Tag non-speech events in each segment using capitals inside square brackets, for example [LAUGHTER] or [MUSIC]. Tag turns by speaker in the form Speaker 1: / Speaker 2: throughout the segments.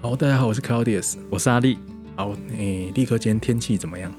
Speaker 1: 好，大家好，我是 Claudius。
Speaker 2: 我是阿力。
Speaker 1: 好，诶、立刻今天天气怎么样？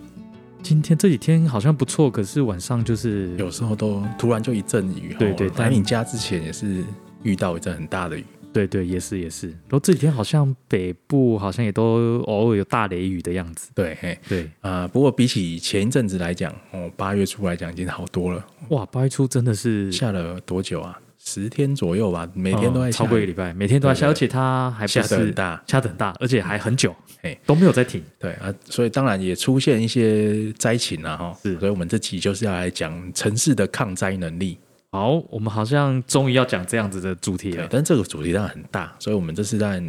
Speaker 2: 今天这几天好像不错，可是晚上就是
Speaker 1: 有时候都突然就一阵雨。
Speaker 2: 对
Speaker 1: 哦
Speaker 2: 对
Speaker 1: 来
Speaker 2: 但
Speaker 1: 你家之前也是遇到一阵很大的雨。
Speaker 2: 对对，也是也是。然后这几天好像北部好像也都偶尔有大雷雨的样子。
Speaker 1: 对，嘿，
Speaker 2: 对，
Speaker 1: 啊、不过比起前一阵子来讲，哦，八月初来讲已经好多了。
Speaker 2: 哇，八月初真的是
Speaker 1: 下了多久啊？十天左右吧，每天都在
Speaker 2: 嗯
Speaker 1: 下
Speaker 2: 超
Speaker 1: 雨、
Speaker 2: 过一个礼拜，每天都在
Speaker 1: 对
Speaker 2: 下，
Speaker 1: 对
Speaker 2: 而且它还不
Speaker 1: 下
Speaker 2: 是
Speaker 1: 得很大。
Speaker 2: 下得很大，而且还很久
Speaker 1: 嘿，
Speaker 2: 都没有在停。
Speaker 1: 对啊，所以当然也出现一些灾情啊，哈。
Speaker 2: 是
Speaker 1: 所以我们这期就是要来讲城市的抗灾能力。
Speaker 2: 好，我们好像终于要讲这样子的主题
Speaker 1: 对
Speaker 2: 了，。
Speaker 1: 但这个主题当然很大，所以我们这次但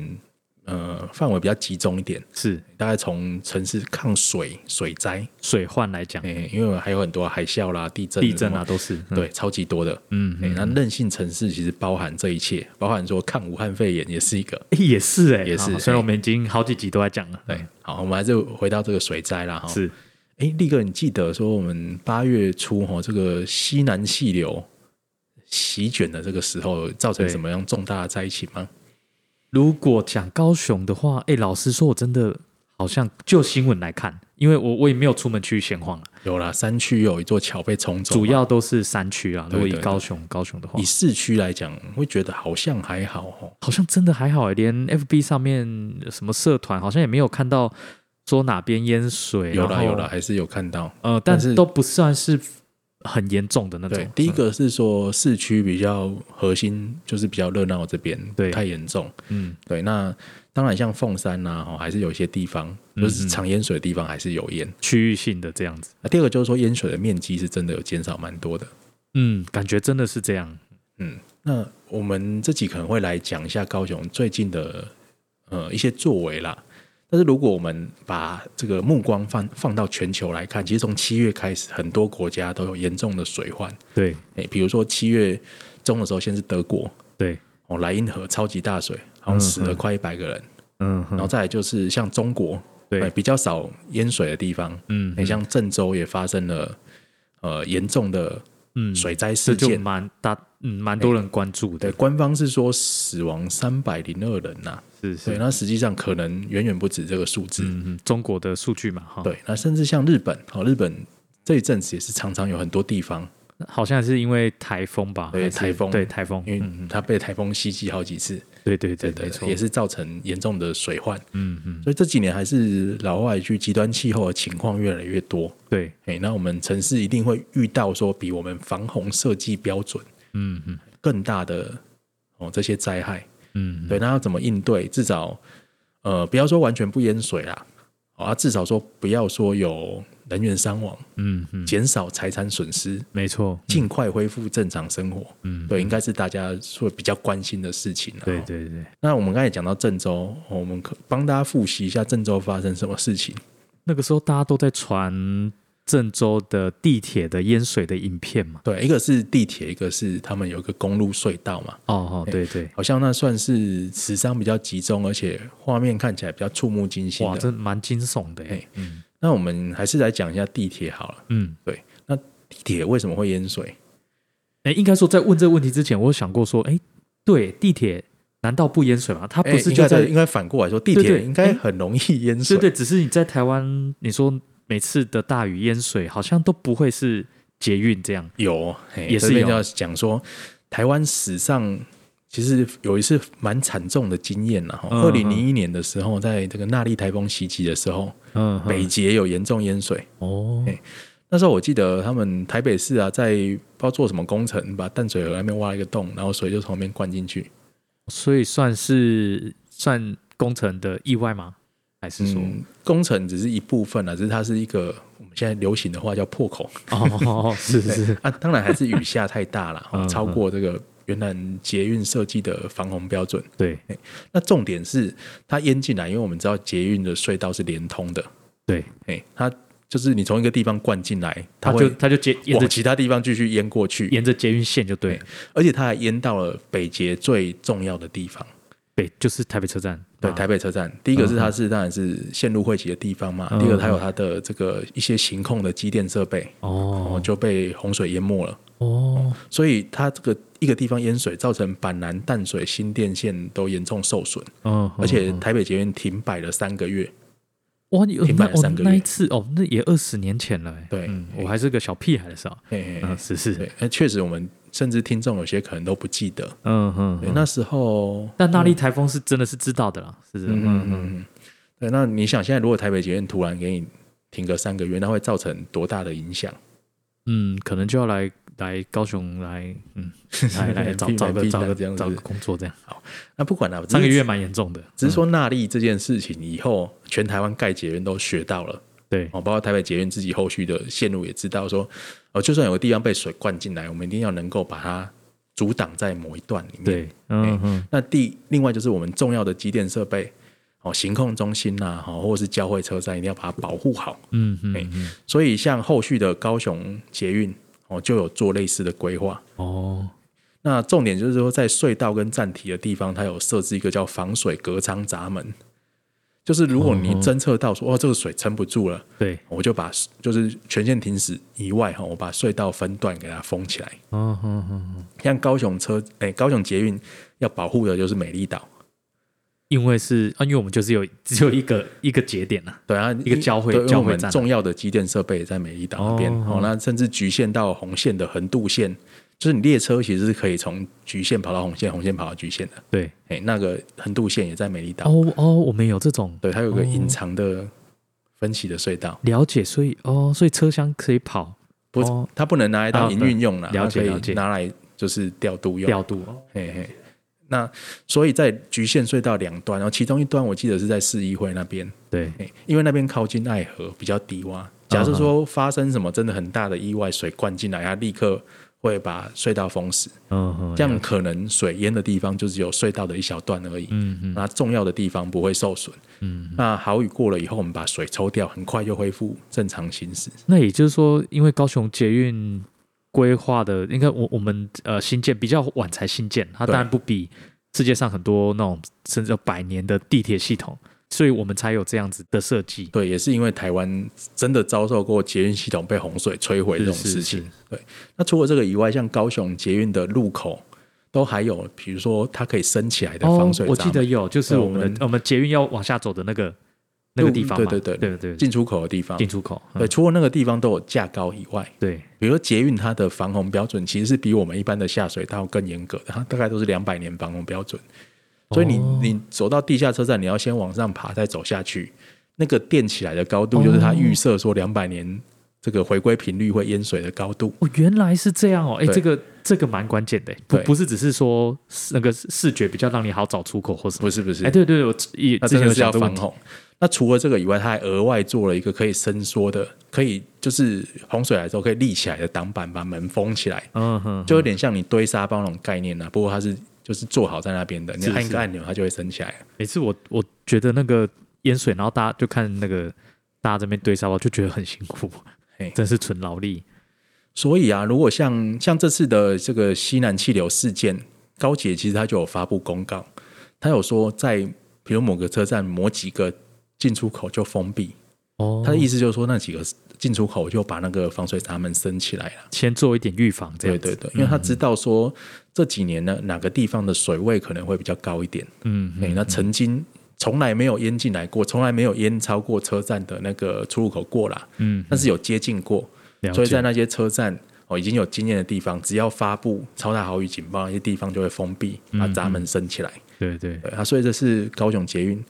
Speaker 1: 呃范围比较集中一点。
Speaker 2: 是
Speaker 1: 大概从城市抗水水灾，
Speaker 2: 水患来讲，
Speaker 1: 诶、因为还有很多海啸啦、地震、
Speaker 2: 地震啊，都是。
Speaker 1: 什么，对，超级多的。
Speaker 2: 嗯，
Speaker 1: 诶
Speaker 2: 嗯，
Speaker 1: 那韧性城市其实包含这一切，包含说抗武汉肺炎也是一个。
Speaker 2: 诶也是哎，
Speaker 1: 也是
Speaker 2: 好虽然我们已经好几集都在讲了，
Speaker 1: 对，好，我们还是回到这个水灾啦哈。
Speaker 2: 嗯是
Speaker 1: 诶，力哥，你记得说我们八月初哈，这个西南气流席卷的这个时候，造成
Speaker 2: 对
Speaker 1: 什么样重大的灾情吗？
Speaker 2: 如果讲高雄的话，哎、老实说，我真的好像就新闻来看，因为我我也没有出门去闲晃了，啊
Speaker 1: 有啦，山区有一座桥被冲走嘛，
Speaker 2: 主要都是山区啊。
Speaker 1: 对
Speaker 2: 如果以
Speaker 1: 对
Speaker 2: 高雄高雄的话
Speaker 1: 以，市区来讲，会觉得好像还好哦。
Speaker 2: 好像真的还好、诶连 FB 上面什么社团好像也没有看到说哪边淹水，
Speaker 1: 有
Speaker 2: 然
Speaker 1: 啦
Speaker 2: 后
Speaker 1: 有啦，，还是有看到。
Speaker 2: 呃，
Speaker 1: 但
Speaker 2: 但
Speaker 1: 是
Speaker 2: 是都不算是很严重的那
Speaker 1: 对
Speaker 2: 种，。
Speaker 1: 第一个是说市区比较核心，就是比较热闹这边，
Speaker 2: 对
Speaker 1: 不太严重。
Speaker 2: 嗯，
Speaker 1: 对，那当然像凤山呐、哦，还是有一些地方，
Speaker 2: 嗯
Speaker 1: 就是常淹水的地方还是有淹。
Speaker 2: 区域性的这样子，
Speaker 1: 那第二个就是说淹水的面积是真的有减少蛮多的。
Speaker 2: 嗯，感觉真的是这样。
Speaker 1: 嗯，那我们这集可能会来讲一下高雄最近的呃一些作为啦。但是如果我们把这个目光放放到全球来看，其实从七月开始，很多国家都有严重的水患。
Speaker 2: 对
Speaker 1: 诶，比如说七月中的时候，先是德国，
Speaker 2: 对，
Speaker 1: 哦，莱茵河超级大水，好像死了快一百个人。
Speaker 2: 嗯
Speaker 1: 然后
Speaker 2: 哼，
Speaker 1: 再来就是像中国，
Speaker 2: 对
Speaker 1: 哎比较少淹水的地方，
Speaker 2: 嗯
Speaker 1: 哎像郑州也发生了呃严重的
Speaker 2: 嗯，
Speaker 1: 水灾事
Speaker 2: 这就
Speaker 1: 件。
Speaker 2: 蛮大，嗯，蛮多人关注的
Speaker 1: 对，，官方是说死亡三百零二人呐、
Speaker 2: 是是
Speaker 1: 对，。那实际上可能远远不止这个数字。
Speaker 2: 嗯嗯，中国的数据嘛，哈，，
Speaker 1: 对，那甚至像日本，哦，日本这一阵子也是常常有很多地方，
Speaker 2: 好像是因为台风吧，
Speaker 1: 对
Speaker 2: 还是
Speaker 1: 台风
Speaker 2: 对台风，
Speaker 1: 因
Speaker 2: 嗯，
Speaker 1: 为它被台风袭击好几次，
Speaker 2: 对对对，
Speaker 1: 对对，
Speaker 2: 没错，
Speaker 1: 也，是造成严重的水患。
Speaker 2: 嗯嗯，
Speaker 1: 所以这几年还是老话一句，极端气候的情况越来越多。
Speaker 2: 对，
Speaker 1: 哎，那我们城市一定会遇到说比我们防洪设计标准
Speaker 2: 嗯嗯
Speaker 1: 更大的哦这些灾害。
Speaker 2: 嗯，
Speaker 1: 对，那要怎么应对？至少呃，不要说完全不淹水啦，哦啊，至少说不要说有人员伤亡，
Speaker 2: 嗯嗯，
Speaker 1: 减少财产损失，
Speaker 2: 没错，
Speaker 1: 尽快恢复正常生活。
Speaker 2: 嗯，
Speaker 1: 对，应该是大家说比较关心的事情啦。
Speaker 2: 对
Speaker 1: 哦
Speaker 2: 对对，
Speaker 1: 那我们刚才讲到郑州，哦我们可帮大家复习一下郑州发生什么事情。
Speaker 2: 那个时候大家都在传郑州的地铁的淹水的影片嘛，
Speaker 1: 对，一个是地铁，一个是他们有一个公路隧道嘛。
Speaker 2: 哦哦，对对，
Speaker 1: 好像那算是死伤比较集中，而且画面看起来比较触目惊心
Speaker 2: 哇，
Speaker 1: 的。
Speaker 2: 这蛮惊悚的，
Speaker 1: 哎
Speaker 2: 哎，嗯
Speaker 1: 那我们还是来讲一下地铁好了。
Speaker 2: 嗯，
Speaker 1: 对，那地铁为什么会淹水？
Speaker 2: 哎，应该说在问这个问题之前，我有想过说，哎，对，地铁难道不淹水吗？它
Speaker 1: 它
Speaker 2: 不是就在
Speaker 1: 哎应该反过来说，地
Speaker 2: 对
Speaker 1: 铁
Speaker 2: 对哎
Speaker 1: 应该很容易淹水。
Speaker 2: 对对，只是你在台湾，你说每次的大雨淹水，好像都不会是捷运这样。
Speaker 1: 有，嘿
Speaker 2: 也是
Speaker 1: 这边
Speaker 2: 有
Speaker 1: 就要讲说，台湾史上其实有一次蛮惨重的经验了哈。
Speaker 2: 嗯
Speaker 1: 二零零一年的时候，在这个纳莉台风袭击的时候，
Speaker 2: 嗯
Speaker 1: 北捷有严重淹水。
Speaker 2: 哦
Speaker 1: 哎那时候我记得他们台北市啊，在不知道做什么工程，把淡水河那边挖了一个洞，然后水就从那边灌进去。
Speaker 2: 所以算是算工程的意外吗？还是说、
Speaker 1: 嗯，工程只是一部分啊，只是它是一个我们现在流行的话叫破 [LAUGHS] 口。
Speaker 2: 哦，是
Speaker 1: 对
Speaker 2: 是，
Speaker 1: 啊，当然还是雨下太大 [LAUGHS] 了、哦
Speaker 2: 嗯
Speaker 1: 超过这个原来捷运设计的防洪标准。
Speaker 2: 对
Speaker 1: 那重点是它淹进来，因为我们知道捷运的隧道是连通的，
Speaker 2: 对，
Speaker 1: 哎、它就是你从一个地方灌进来，它
Speaker 2: 他就
Speaker 1: 会
Speaker 2: 他就接沿
Speaker 1: 往
Speaker 2: 着
Speaker 1: 其他地方继续淹过去，
Speaker 2: 沿着捷运线就对了，
Speaker 1: 而且它还淹到了北捷最重要的地方，
Speaker 2: 北就是台北车站，
Speaker 1: 对，
Speaker 2: 啊
Speaker 1: 台北车站，第一个是它是当然是线路汇集的地方嘛，
Speaker 2: 嗯
Speaker 1: 第二个它有它的这个一些行控的机电设备，哦，
Speaker 2: 哦
Speaker 1: 就被洪水淹没了，
Speaker 2: 哦，
Speaker 1: 所以它这个一个地方淹水，造成板南、淡水、新店线都严重受损，
Speaker 2: 嗯，
Speaker 1: 而且
Speaker 2: 嗯
Speaker 1: 台北捷运停摆了三个月，
Speaker 2: 哇，你
Speaker 1: 停
Speaker 2: 那
Speaker 1: 摆了
Speaker 2: 哦
Speaker 1: 三个月
Speaker 2: 那一次哦，那也二十年前了欸，
Speaker 1: 对
Speaker 2: 嗯
Speaker 1: 哎
Speaker 2: 我还是个小屁孩的时候，
Speaker 1: 嘿嘿嘿
Speaker 2: 嗯，是是，
Speaker 1: 对，那确实我们甚至听众有些可能都不记得，
Speaker 2: 嗯哼，
Speaker 1: 对，
Speaker 2: 嗯
Speaker 1: 那时候，
Speaker 2: 但那粒台风是真的是知道的啦，是的，
Speaker 1: 嗯嗯
Speaker 2: 嗯嗯，
Speaker 1: 嗯，对，那你想现在如果台北捷运突然给你停个三个月，那会造成多大的影响？
Speaker 2: 嗯，可能就要来来高雄来，
Speaker 1: [LAUGHS]
Speaker 2: 嗯，来来找
Speaker 1: 避
Speaker 2: 找
Speaker 1: 避
Speaker 2: 个找
Speaker 1: 难
Speaker 2: 个
Speaker 1: 这样子
Speaker 2: 找个工作这样，
Speaker 1: 那不管了，只
Speaker 2: 上个
Speaker 1: 是
Speaker 2: 月蛮严重的，
Speaker 1: 只是说纳利这件事情以后，全台湾盖捷运都学到了
Speaker 2: 对，
Speaker 1: 哦，包括台北捷运自己后续的线路也知道说，哦，就算有个地方被水灌进来，我们一定要能够把它阻挡在某一段里面。，
Speaker 2: 对，嗯嗯，
Speaker 1: 那第另外就是我们重要的机电设备。哦，行控中心呐、哦，或者是交汇车站，一定要把它保护好。
Speaker 2: 嗯嗯
Speaker 1: 哎
Speaker 2: 嗯，
Speaker 1: 所以，像后续的高雄捷运哦，就有做类似的规划。
Speaker 2: 哦，
Speaker 1: 那重点就是说，在隧道跟站体的地方，它有设置一个叫防水隔舱闸门，就是如果
Speaker 2: 嗯
Speaker 1: 你侦测到说，哦，这个水撑不住了，
Speaker 2: 对，
Speaker 1: 我就把就是全线停驶以外哈，我把隧道分段给它封起来。
Speaker 2: 嗯嗯嗯，嗯
Speaker 1: 像高雄车，哎、高雄捷运要保护的就是美丽岛，
Speaker 2: 因为是啊，因为我们就是有只有一个一个节点呐，
Speaker 1: 对啊，
Speaker 2: 一个交汇
Speaker 1: 对因为
Speaker 2: 交
Speaker 1: 我
Speaker 2: 汇
Speaker 1: 们
Speaker 2: 站啊
Speaker 1: 重要的机电设备也在美丽岛那边
Speaker 2: 哦
Speaker 1: 哦那甚至局限到红线的横渡线，就是你列车其实是可以从局限跑到红线，红线跑到局限的，
Speaker 2: 对，
Speaker 1: 哎、那个横渡线也在美丽岛。
Speaker 2: 哦哦，我们有这种
Speaker 1: 对，它有个隐藏的分歧的隧道，
Speaker 2: 了解，所以哦，所以车厢可以跑
Speaker 1: 不是、
Speaker 2: 哦
Speaker 1: 它不能拿来当营运用啦，
Speaker 2: 啊对了解
Speaker 1: 它可以
Speaker 2: 了解
Speaker 1: 拿来就是调度用。
Speaker 2: 调度哦，
Speaker 1: 嘿嘿，那所以在局限隧道两端，然后其中一端我记得是在市议会那边，
Speaker 2: 对，
Speaker 1: 嘿因为那边靠近爱河，比较低洼。假设
Speaker 2: 嗯
Speaker 1: 说发生什么真的很大的意外，水灌进来，它立刻会把隧道封死，
Speaker 2: 嗯嗯，
Speaker 1: 这样可能水淹的地方就只有隧道的一小段而已。
Speaker 2: 嗯嗯
Speaker 1: 那重要的地方不会受损。
Speaker 2: 嗯，
Speaker 1: 那好雨过了以后，我们把水抽掉，很快就恢复正常行驶。
Speaker 2: 那也就是说，因为高雄捷运规划的，应该我我们呃新建比较晚才新建，它
Speaker 1: 对
Speaker 2: 当然不比世界上很多那种甚至有百年的地铁系统，所以我们才有这样子的设计。
Speaker 1: 对，也是因为台湾真的遭受过捷运系统被洪水摧毁这种事情。
Speaker 2: 是是
Speaker 1: 对，那除了这个以外，像高雄捷运的路口都还有，比如说它可以升起来的防水
Speaker 2: 哦我
Speaker 1: 闸
Speaker 2: 记
Speaker 1: 门、
Speaker 2: 得有，就是
Speaker 1: 对
Speaker 2: 我们
Speaker 1: 我
Speaker 2: 的
Speaker 1: 们
Speaker 2: 我们捷运要往下走的那个那个地方嘛，
Speaker 1: 对对
Speaker 2: 对
Speaker 1: 对
Speaker 2: 对对，
Speaker 1: 进出口的地方。
Speaker 2: 进出口，嗯
Speaker 1: 对，除了那个地方都有架高以外，
Speaker 2: 对，
Speaker 1: 比如说捷运它的防洪标准其实是比我们一般的下水道更严格的，它大概都是两百年防洪标准。所以你、
Speaker 2: 哦
Speaker 1: 你走到地下车站，你要先往上爬，再走下去。那个垫起来的高度
Speaker 2: 哦
Speaker 1: 就是它预设说两百年这个回归频率会淹水的高度。
Speaker 2: 哦，原来是这样哦，哎，
Speaker 1: 对
Speaker 2: 这个这个蛮关键的，不
Speaker 1: 对
Speaker 2: 不是只是说那个视觉比较让你好找出口或什么，
Speaker 1: 不是不是，
Speaker 2: 哎，对对对，我也
Speaker 1: 那
Speaker 2: 之
Speaker 1: 真
Speaker 2: 前
Speaker 1: 的
Speaker 2: 有
Speaker 1: 是要
Speaker 2: 想这个
Speaker 1: 防
Speaker 2: 问题，
Speaker 1: 洪。那除了这个以外，它还额外做了一个可以伸缩的，可以就是洪水来的时候可以立起来的挡板，把门封起来，
Speaker 2: 嗯哼，
Speaker 1: 哦就有点像你堆沙包那种概念啊。不过它是就是做好在那边的，你
Speaker 2: 是
Speaker 1: 按一
Speaker 2: 是
Speaker 1: 个按钮，它就会升起来。
Speaker 2: 每次我我觉得那个淹水，然后大家就看那个大家这边堆沙包，就觉得很辛苦
Speaker 1: 嘿，
Speaker 2: [LAUGHS] 真是纯劳力。
Speaker 1: 所以啊，如果像像这次的这个西南气流事件，高铁其实它就有发布公告，它有说在比如某个车站某几个进出口就封闭，
Speaker 2: 哦
Speaker 1: 它的意思就是说那几个进出口就把那个防水闸门升起来了。
Speaker 2: 先做一点预防，这
Speaker 1: 对
Speaker 2: 样
Speaker 1: 对
Speaker 2: 子。嗯
Speaker 1: 对，因为他知道说这几年呢，哪个地方的水位可能会比较高一点。
Speaker 2: 嗯，
Speaker 1: 哎、那曾经从来没有淹进来过，从来没有淹超过车站的那个出入口过啦。
Speaker 2: 嗯，
Speaker 1: 但是有接近过，
Speaker 2: 了
Speaker 1: 所以
Speaker 2: 解
Speaker 1: 在那些车站哦已经有经验的地方，只要发布超大豪雨警报，那些地方就会封闭，
Speaker 2: 嗯
Speaker 1: 把闸门升起来。
Speaker 2: 对对，
Speaker 1: 对啊，所以这是高雄捷运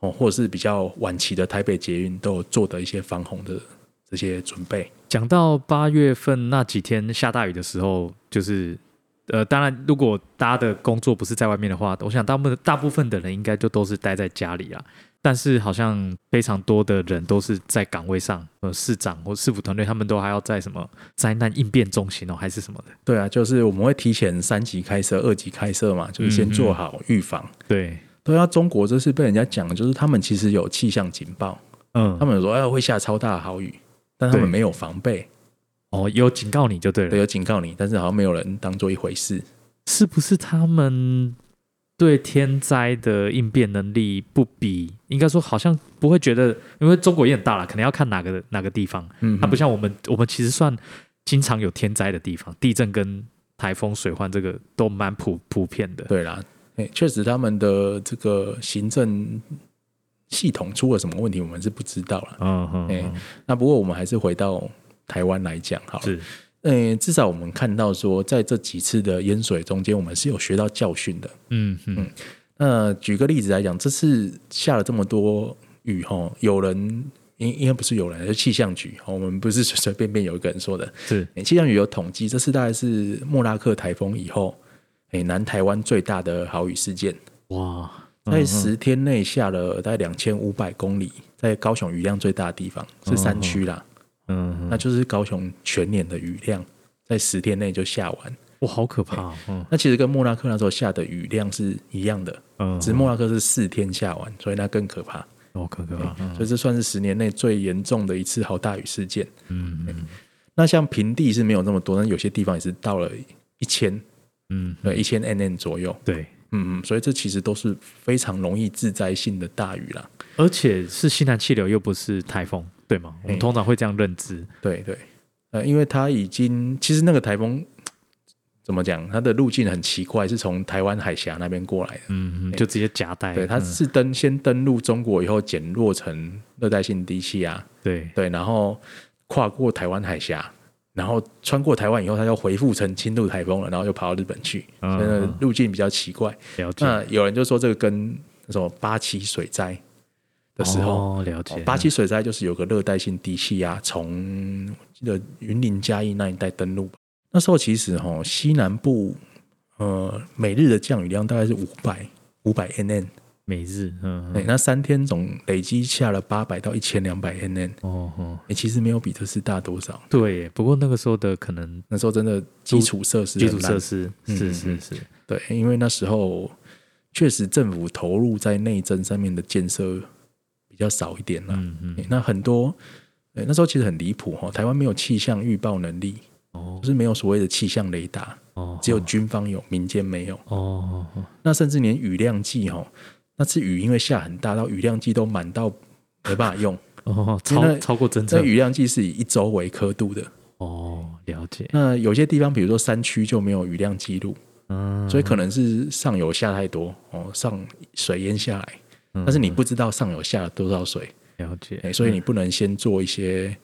Speaker 1: 哦，或者是比较晚期的台北捷运都有做的一些防洪的这些准备。
Speaker 2: 讲到八月份那几天下大雨的时候，就是呃，当然如果大家的工作不是在外面的话，我想大部分大部分的人应该就都是待在家里啊。但是好像非常多的人都是在岗位上，呃，市长或市府团队他们都还要在什么灾难应变中心哦，还是什么的。
Speaker 1: 对啊，就是我们会提前三级开设、二级开设嘛，就是先做好预
Speaker 2: 嗯
Speaker 1: 防。
Speaker 2: 对，
Speaker 1: 对啊，中国这次被人家讲，就是他们其实有气象警报，
Speaker 2: 嗯
Speaker 1: 他，们有说哎会下超大的豪雨，但他们
Speaker 2: 对
Speaker 1: 没有防备，
Speaker 2: 哦，有警告你就对了，
Speaker 1: 对，有警告你，但是好像没有人当做一回事。
Speaker 2: 是不是他们对天灾的应变能力不比，应该说好像不会觉得，因为中国也很大了，可能要看哪个哪个地方，
Speaker 1: 嗯，
Speaker 2: 它不像我们，我们其实算经常有天灾的地方，地震跟台风、水患这个都蛮普普遍的。
Speaker 1: 对啦，哎、确实他们的这个行政系统出了什么问题，我们是不知道啦。
Speaker 2: 嗯哼，
Speaker 1: 哎
Speaker 2: 嗯
Speaker 1: 那不过我们还是回到台湾来讲好了。
Speaker 2: 是，
Speaker 1: 嗯、至少我们看到说，在这几次的淹水中间，我们是有学到教训的。
Speaker 2: 嗯嗯，
Speaker 1: 那举个例子来讲，这次下了这么多雨哈，有人应应该不是有人，是气象局齁我们不是随随便便有一个人说的。
Speaker 2: 是，
Speaker 1: 欸气象局有统计，这次大概是莫拉克台风以后，哎、南台湾最大的豪雨事件，
Speaker 2: 哇，
Speaker 1: 在十天内下了大概两千五百公里，在高雄雨量最大的地方是山区啦，
Speaker 2: 嗯，
Speaker 1: 那就是高雄全年的雨量，在十天内就下完。
Speaker 2: 哇，好可怕哦，嗯
Speaker 1: 那其实跟莫拉克那时候下的雨量是一样的，
Speaker 2: 嗯，
Speaker 1: 只是莫拉克是四天下完，所以那更可怕。
Speaker 2: 哦，可可怕，嗯
Speaker 1: 所以这算是十年内最严重的一次豪大雨事件。
Speaker 2: 嗯
Speaker 1: 哎
Speaker 2: 嗯
Speaker 1: 那像平地是没有那么多，但有些地方也是到了一千，
Speaker 2: 嗯，
Speaker 1: 对，一千 nn 左右。
Speaker 2: 对，
Speaker 1: 嗯，嗯，所以这其实都是非常容易致灾性的大雨啦。
Speaker 2: 而且是西南气流，又不是台风，对吗？
Speaker 1: 哎
Speaker 2: 我们通常会这样认知。
Speaker 1: 对对，呃，因为它已经其实那个台风怎么讲，它的路径很奇怪，是从台湾海峡那边过来的。
Speaker 2: 嗯，嗯就直接夹带。
Speaker 1: 哎对，它
Speaker 2: 嗯
Speaker 1: 是登先登陆中国以后减弱成热带性低气压，
Speaker 2: 对，
Speaker 1: 对，然后跨过台湾海峡，然后穿过台湾以后，它又回复成轻度台风了，然后又跑到日本去，
Speaker 2: 嗯
Speaker 1: 所以那个
Speaker 2: 嗯
Speaker 1: 路径比较奇怪。
Speaker 2: 了解。
Speaker 1: 那有人就说这个跟什么八七水灾的时候。
Speaker 2: 哦，了解。
Speaker 1: 八七水灾就是有个热带性低气压从我记得云林嘉义那一带登陆吧，那时候其实哈、西南部呃每日的降雨量大概是五百五百 nn，
Speaker 2: 每日，嗯，
Speaker 1: 对，
Speaker 2: 嗯
Speaker 1: 哎那三天总累积下了八百到一千两百 nn，
Speaker 2: 哦哦，
Speaker 1: 哎、其实没有比这次大多少。
Speaker 2: 对耶。不过那个时候的可能
Speaker 1: 那时候真的基础设施
Speaker 2: 基础设
Speaker 1: 施
Speaker 2: 施
Speaker 1: 嗯
Speaker 2: 是
Speaker 1: 嗯
Speaker 2: 是是，
Speaker 1: 对，因为那时候确实政府投入在内政上面的建设比较少一点啦。
Speaker 2: 嗯嗯，
Speaker 1: 诶那很多、哎诶那时候其实很离谱哦，台湾没有气象预报能力，
Speaker 2: 哦
Speaker 1: 就是没有所谓的气象雷达，
Speaker 2: 哦，
Speaker 1: 只有军方有，民间没有。
Speaker 2: 哦哦
Speaker 1: 那甚至连雨量计哦，那次雨因为下很大，到雨量计都满到没办法用。
Speaker 2: 哦，
Speaker 1: 因为
Speaker 2: 超
Speaker 1: 那
Speaker 2: 超过 [LAUGHS] 真
Speaker 1: 这
Speaker 2: 正
Speaker 1: 雨量计是以一周为刻度的，
Speaker 2: 哦，了解。
Speaker 1: 那有些地方，比如说山区就没有雨量记录，
Speaker 2: 嗯，
Speaker 1: 所以可能是上游下太多哦，上水淹下来，
Speaker 2: 嗯嗯
Speaker 1: 但是你不知道上游下了多少水，
Speaker 2: 了解
Speaker 1: 哎、所以你不能先做一些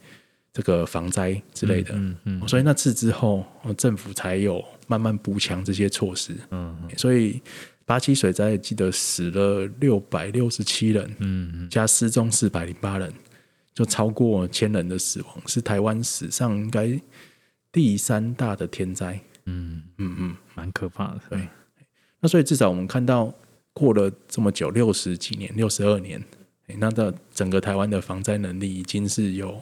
Speaker 1: 这个防灾之类的。
Speaker 2: 嗯嗯
Speaker 1: 所以那次之后，哦政府才有慢慢补强这些措施。
Speaker 2: 嗯
Speaker 1: 哎所以八七水灾记得死了六百六十七人，
Speaker 2: 嗯
Speaker 1: 加失踪四百零八人，就超过千人的死亡，是台湾史上应该第三大的天灾。
Speaker 2: 嗯，
Speaker 1: 嗯嗯。
Speaker 2: 蛮可怕的。
Speaker 1: 对那所以至少我们看到过了这么久，六十几年，六十二年，诶那这整个台湾的防灾能力已经是有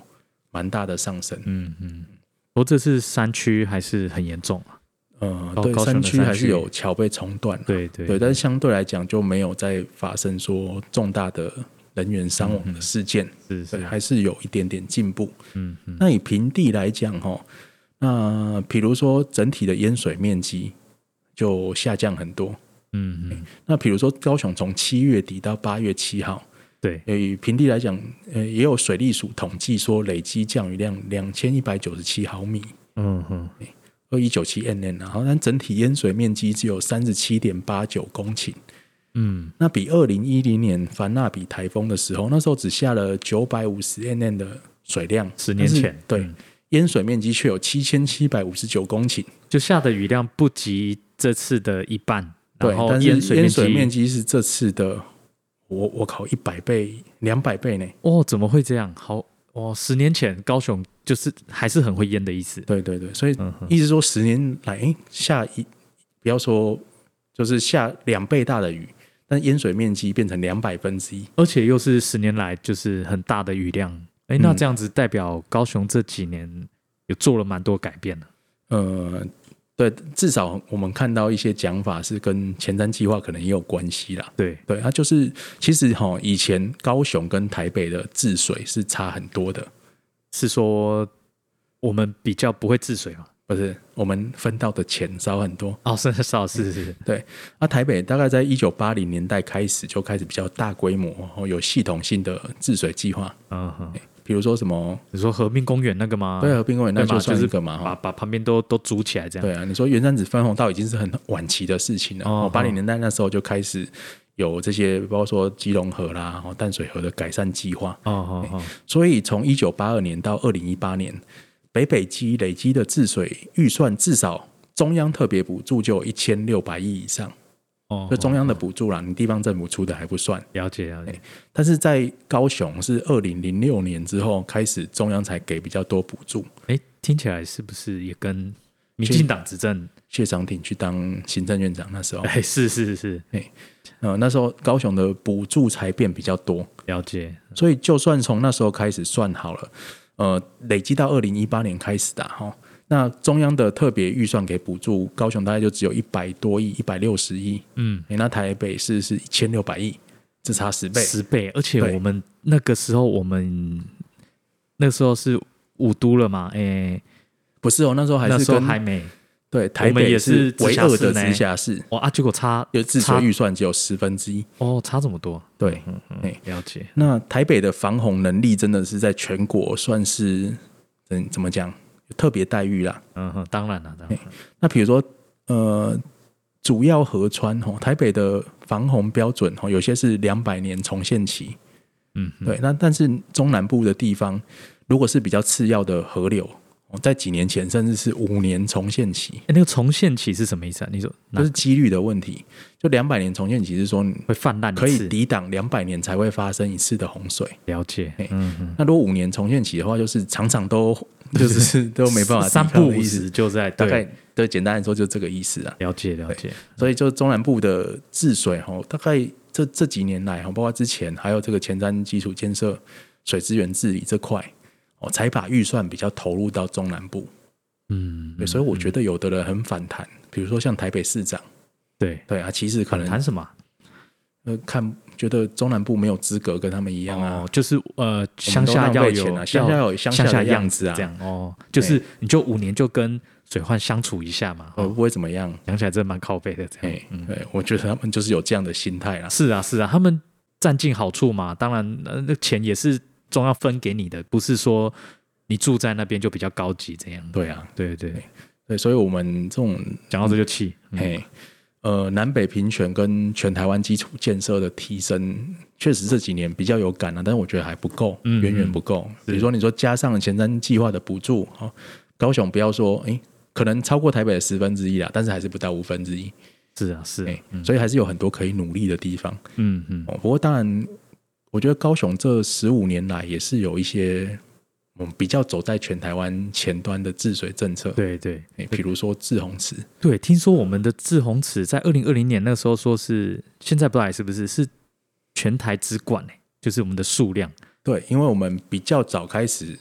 Speaker 1: 蛮大的上升。
Speaker 2: 嗯嗯，不过这次山区还是很严重啊。
Speaker 1: 嗯，
Speaker 2: 高
Speaker 1: 对，
Speaker 2: 高雄
Speaker 1: 山
Speaker 2: 的
Speaker 1: 区
Speaker 2: 山
Speaker 1: 还是
Speaker 2: 区
Speaker 1: 有桥被冲断了，
Speaker 2: 对对
Speaker 1: 对，但是相对来讲就没有再发生说重大的人员伤亡的事件，
Speaker 2: 是
Speaker 1: 对，
Speaker 2: 嗯是，啊
Speaker 1: 还是有一点点进步。
Speaker 2: 嗯嗯
Speaker 1: 那以平地来讲，哈，那比如说整体的淹水面积就下降很多。
Speaker 2: 嗯嗯，
Speaker 1: 那比如说高雄从七月底到八月七号，
Speaker 2: 对，
Speaker 1: 呃，以平地来讲，呃，也有水利署统计说累积降雨量两千一百九十七毫米，
Speaker 2: 嗯嗯，
Speaker 1: 二一九七 nn，然后但整体淹水面积只有三十七点八九公顷，
Speaker 2: 嗯
Speaker 1: 那比二零一零年凡纳比台风的时候，那时候只下了九百五十 nn 的水量，
Speaker 2: 十年前
Speaker 1: 但是对、
Speaker 2: 嗯
Speaker 1: 淹水面积却有七千七百五十九公顷，
Speaker 2: 就下的雨量不及这次的一半，
Speaker 1: 对
Speaker 2: 然，后
Speaker 1: 但是
Speaker 2: 淹水
Speaker 1: 淹
Speaker 2: 面
Speaker 1: 水
Speaker 2: 积，
Speaker 1: 面积是这次的，我我靠一百倍两百倍呢，
Speaker 2: 哦，怎么会这样？好，哦，十年前高雄就是还是很会淹的意思。
Speaker 1: 对对对，所以
Speaker 2: 嗯哼
Speaker 1: 意思说十年来、诶下一不要说就是下两倍大的雨，但淹水面积变成两百分之一。
Speaker 2: 而且又是十年来就是很大的雨量，哎，
Speaker 1: 嗯
Speaker 2: 那这样子代表高雄这几年有做了蛮多改变的。
Speaker 1: 呃，对，至少我们看到一些讲法是跟前瞻计划可能也有关系啦。
Speaker 2: 对，
Speaker 1: 对，它就是其实哈、以前高雄跟台北的治水是差很多的。
Speaker 2: 是说我们比较不会治水嘛？
Speaker 1: 不是我们分到的钱少很多。
Speaker 2: 哦，是少是是，是
Speaker 1: 啊，台北大概在一九八零年代开始就开始比较大规模，然后有系统性的治水计划，
Speaker 2: 嗯哼，
Speaker 1: 比如说什么
Speaker 2: 你说和平公园那个吗？
Speaker 1: 对合并公园，那
Speaker 2: 对嘛
Speaker 1: 就算
Speaker 2: 就是
Speaker 1: 一个嘛，
Speaker 2: 把
Speaker 1: 哈。
Speaker 2: 把旁边都都租起来这样。
Speaker 1: 对啊，你说原山子分红到已经是很晚期的事情了。
Speaker 2: 哦
Speaker 1: 哦，八零年代那时候就开始有这些，包括说基隆河啦、然后淡水河的改善计划。
Speaker 2: 哦哦哦，
Speaker 1: 所以从一九八二年到二零一八年，北北基累积的治水预算至少中央特别补助就有一千六百亿以上，
Speaker 2: 哦，
Speaker 1: 就中
Speaker 2: 央
Speaker 1: 央的补助啦，你地方政府出的还不算。
Speaker 2: 了解了解，
Speaker 1: 但是在高雄是二零零六年之后开始，中央才给比较多补助。
Speaker 2: 哎，听起来是不是也跟民进党执政？
Speaker 1: 谢长廷去当行政院长那时候，
Speaker 2: 哎，是是是，
Speaker 1: 呃，那时候高雄的补助才变比较多，
Speaker 2: 了解。
Speaker 1: 所以就算从那时候开始算好了，呃，累积到二零一八年开始的哈，那中央的特别预算给补助高雄大概就只有一百多亿，一百六十亿，
Speaker 2: 嗯，
Speaker 1: 诶那台北市是一千六百亿，只差十倍，
Speaker 2: 十倍，而且
Speaker 1: 对
Speaker 2: 我们那个时候，我们那个时候是五都了嘛？哎，
Speaker 1: 不是哦，那时候还
Speaker 2: 那
Speaker 1: 是
Speaker 2: 时候
Speaker 1: 跟
Speaker 2: 还没
Speaker 1: 对台
Speaker 2: 我们
Speaker 1: 北
Speaker 2: 也是直
Speaker 1: 唯
Speaker 2: 辖
Speaker 1: 二
Speaker 2: 市
Speaker 1: 的
Speaker 2: 呢
Speaker 1: 直辖市，
Speaker 2: 哇啊，结果差
Speaker 1: 就自
Speaker 2: 差
Speaker 1: 学预算只有十分之一，
Speaker 2: 哦，差这么多，
Speaker 1: 对。
Speaker 2: 嗯嗯
Speaker 1: 哎，
Speaker 2: 了解。
Speaker 1: 那台北的防洪能力真的是在全国算是嗯怎么讲有特别待遇啦。
Speaker 2: 嗯哼，当然了，当然了，
Speaker 1: 那比如说呃，主要河川哦，台北的防洪标准哦，有些是两百年重现期，
Speaker 2: 嗯哼，
Speaker 1: 对。那但是中南部的地方，如果是比较次要的河流，哦在几年前甚至是五年重现期，
Speaker 2: 哎，那个重现期是什么意思啊？你说那
Speaker 1: 就是几率的问题。就两百年重现期是说
Speaker 2: 会泛滥一
Speaker 1: 可以
Speaker 2: 次？
Speaker 1: 抵挡两百年才会发生一次的洪水。
Speaker 2: 了解，
Speaker 1: 哎
Speaker 2: 嗯哼，
Speaker 1: 那如果五年重现起的话，就是常常都 [LAUGHS] 就是
Speaker 2: [LAUGHS]
Speaker 1: 都没办法抵
Speaker 2: 三
Speaker 1: 抗
Speaker 2: 不
Speaker 1: 的
Speaker 2: 五
Speaker 1: 意思，
Speaker 2: 时就在
Speaker 1: 大
Speaker 2: 对
Speaker 1: 概对简单来说就这个意思啊。
Speaker 2: 了解了解，
Speaker 1: 所以就中南部的治水吼，大概这这几年来吼，包括之前还有这个前瞻基础建设、水资源治理这块哦，才把预算比较投入到中南部。
Speaker 2: 嗯，
Speaker 1: 对，所以我觉得有的人很反弹，比如说像台北市长，
Speaker 2: 对，
Speaker 1: 对啊，其实可
Speaker 2: 反
Speaker 1: 能
Speaker 2: 弹什么啊？
Speaker 1: 呃看觉得中南部没有资格跟他们一样啊，
Speaker 2: 哦，就是呃，
Speaker 1: 都
Speaker 2: 乡下
Speaker 1: 浪
Speaker 2: 要
Speaker 1: 费钱
Speaker 2: 有
Speaker 1: 啊乡下要有乡下的
Speaker 2: 下
Speaker 1: 样
Speaker 2: 子
Speaker 1: 子啊
Speaker 2: 这样哦，就是你就五年就跟水患相处一下嘛。
Speaker 1: 呃
Speaker 2: 哦，
Speaker 1: 不会怎么样。
Speaker 2: 想起来真的蛮靠背的这样
Speaker 1: 哎。、对，我觉得他们就是有这样的心态啦。
Speaker 2: 是啊，是啊，他们占尽好处嘛，当然呃那钱也是中央分给你的，不是说你住在那边就比较高级这样。
Speaker 1: 对啊，
Speaker 2: 对对，
Speaker 1: 对，所以我们这种
Speaker 2: 讲到这就气。嗯
Speaker 1: 嘿，呃，南北平权跟全台湾基础建设的提升，确实这几年比较有感啊了、但是我觉得还不够，
Speaker 2: 嗯
Speaker 1: 远远
Speaker 2: 嗯
Speaker 1: 不够。比如说，你说加上前瞻计划的补助，哦，高雄不要说，哎、可能超过台北的十分之一啦，但是还是不到五分之一，
Speaker 2: 是啊，是啊
Speaker 1: 哎、，所以还是有很多可以努力的地方。
Speaker 2: 嗯嗯，
Speaker 1: 哦，不过当然，我觉得高雄这十五年来也是有一些。嗯，比较走在全台湾前端的治水政策，
Speaker 2: 对对
Speaker 1: 哎比如说治洪池，
Speaker 2: 对，听说我们的志宏池在二零二零年那时候说是，现在不知道还是不是是全台之冠哎、就是我们的数量。
Speaker 1: 对，因为我们比较早开始，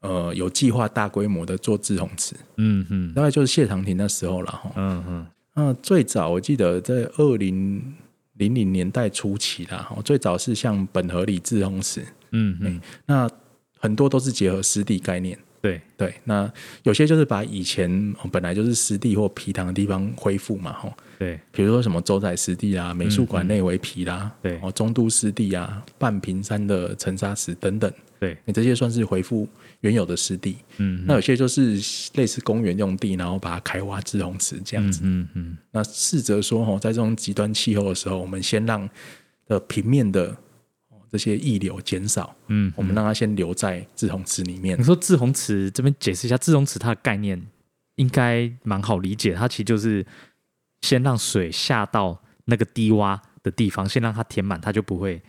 Speaker 1: 呃，有计划大规模的做志宏池，
Speaker 2: 嗯嗯
Speaker 1: 大概就是谢长廷那时候了哈。
Speaker 2: 嗯嗯，
Speaker 1: 那最早我记得在二零零零年代初期啦，哈，最早是像本河里志宏池，
Speaker 2: 嗯嗯，
Speaker 1: 那很多都是结合湿地概念。
Speaker 2: 对，
Speaker 1: 对，那有些就是把以前哦本来就是湿地或皮塘的地方恢复嘛，哈，
Speaker 2: 对，
Speaker 1: 比如说什么周仔湿地啦、美术馆内围皮啦，
Speaker 2: 嗯对
Speaker 1: 哦，中都湿地啊、半屏山的沉沙石等等，
Speaker 2: 对，
Speaker 1: 你这些算是回复原有的湿地。
Speaker 2: 嗯
Speaker 1: 那有些就是类似公园用地，然后把它开挖制洪池这样子。
Speaker 2: 嗯嗯，
Speaker 1: 那试着说，哦，在这种极端气候的时候，我们先让呃平面的哦这些溢流减少，
Speaker 2: 嗯，
Speaker 1: 我们让它先留在制洪池里面
Speaker 2: 你。说志宏池这边解释一下，志宏池它的概念应该蛮好理解，它其实就是先让水下到那个低洼的地方，先让它填满，它就不会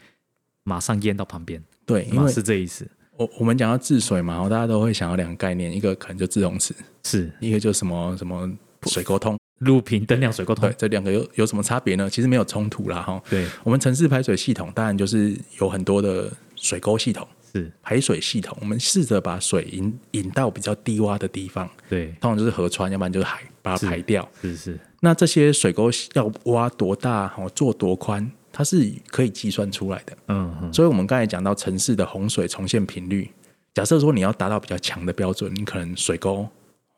Speaker 2: 马上淹到旁边，
Speaker 1: 对，因
Speaker 2: 嘛
Speaker 1: 为
Speaker 2: 是这意思？
Speaker 1: 我我们讲到治水嘛，然后大家都会想到两个概念，一个可能就制洪池，
Speaker 2: 是
Speaker 1: 一个就是什么什么水沟通。
Speaker 2: 路平灯亮水沟通
Speaker 1: 对，，这两个有有什么差别呢？其实没有冲突啦，哈。
Speaker 2: 对，
Speaker 1: 我们城市排水系统当然就是有很多的水沟系统。
Speaker 2: 是，
Speaker 1: 排水系统，我们试着把水引引到比较低洼的地方，
Speaker 2: 对，
Speaker 1: 通常就是河川，要不然就是海，把它排掉。
Speaker 2: 是是，
Speaker 1: 那这些水沟要挖多大，哦，做多宽，它是可以计算出来的。
Speaker 2: 嗯嗯，
Speaker 1: 所以，我们刚才讲到城市的洪水重现频率，假设说你要达到比较强的标准，你可能水沟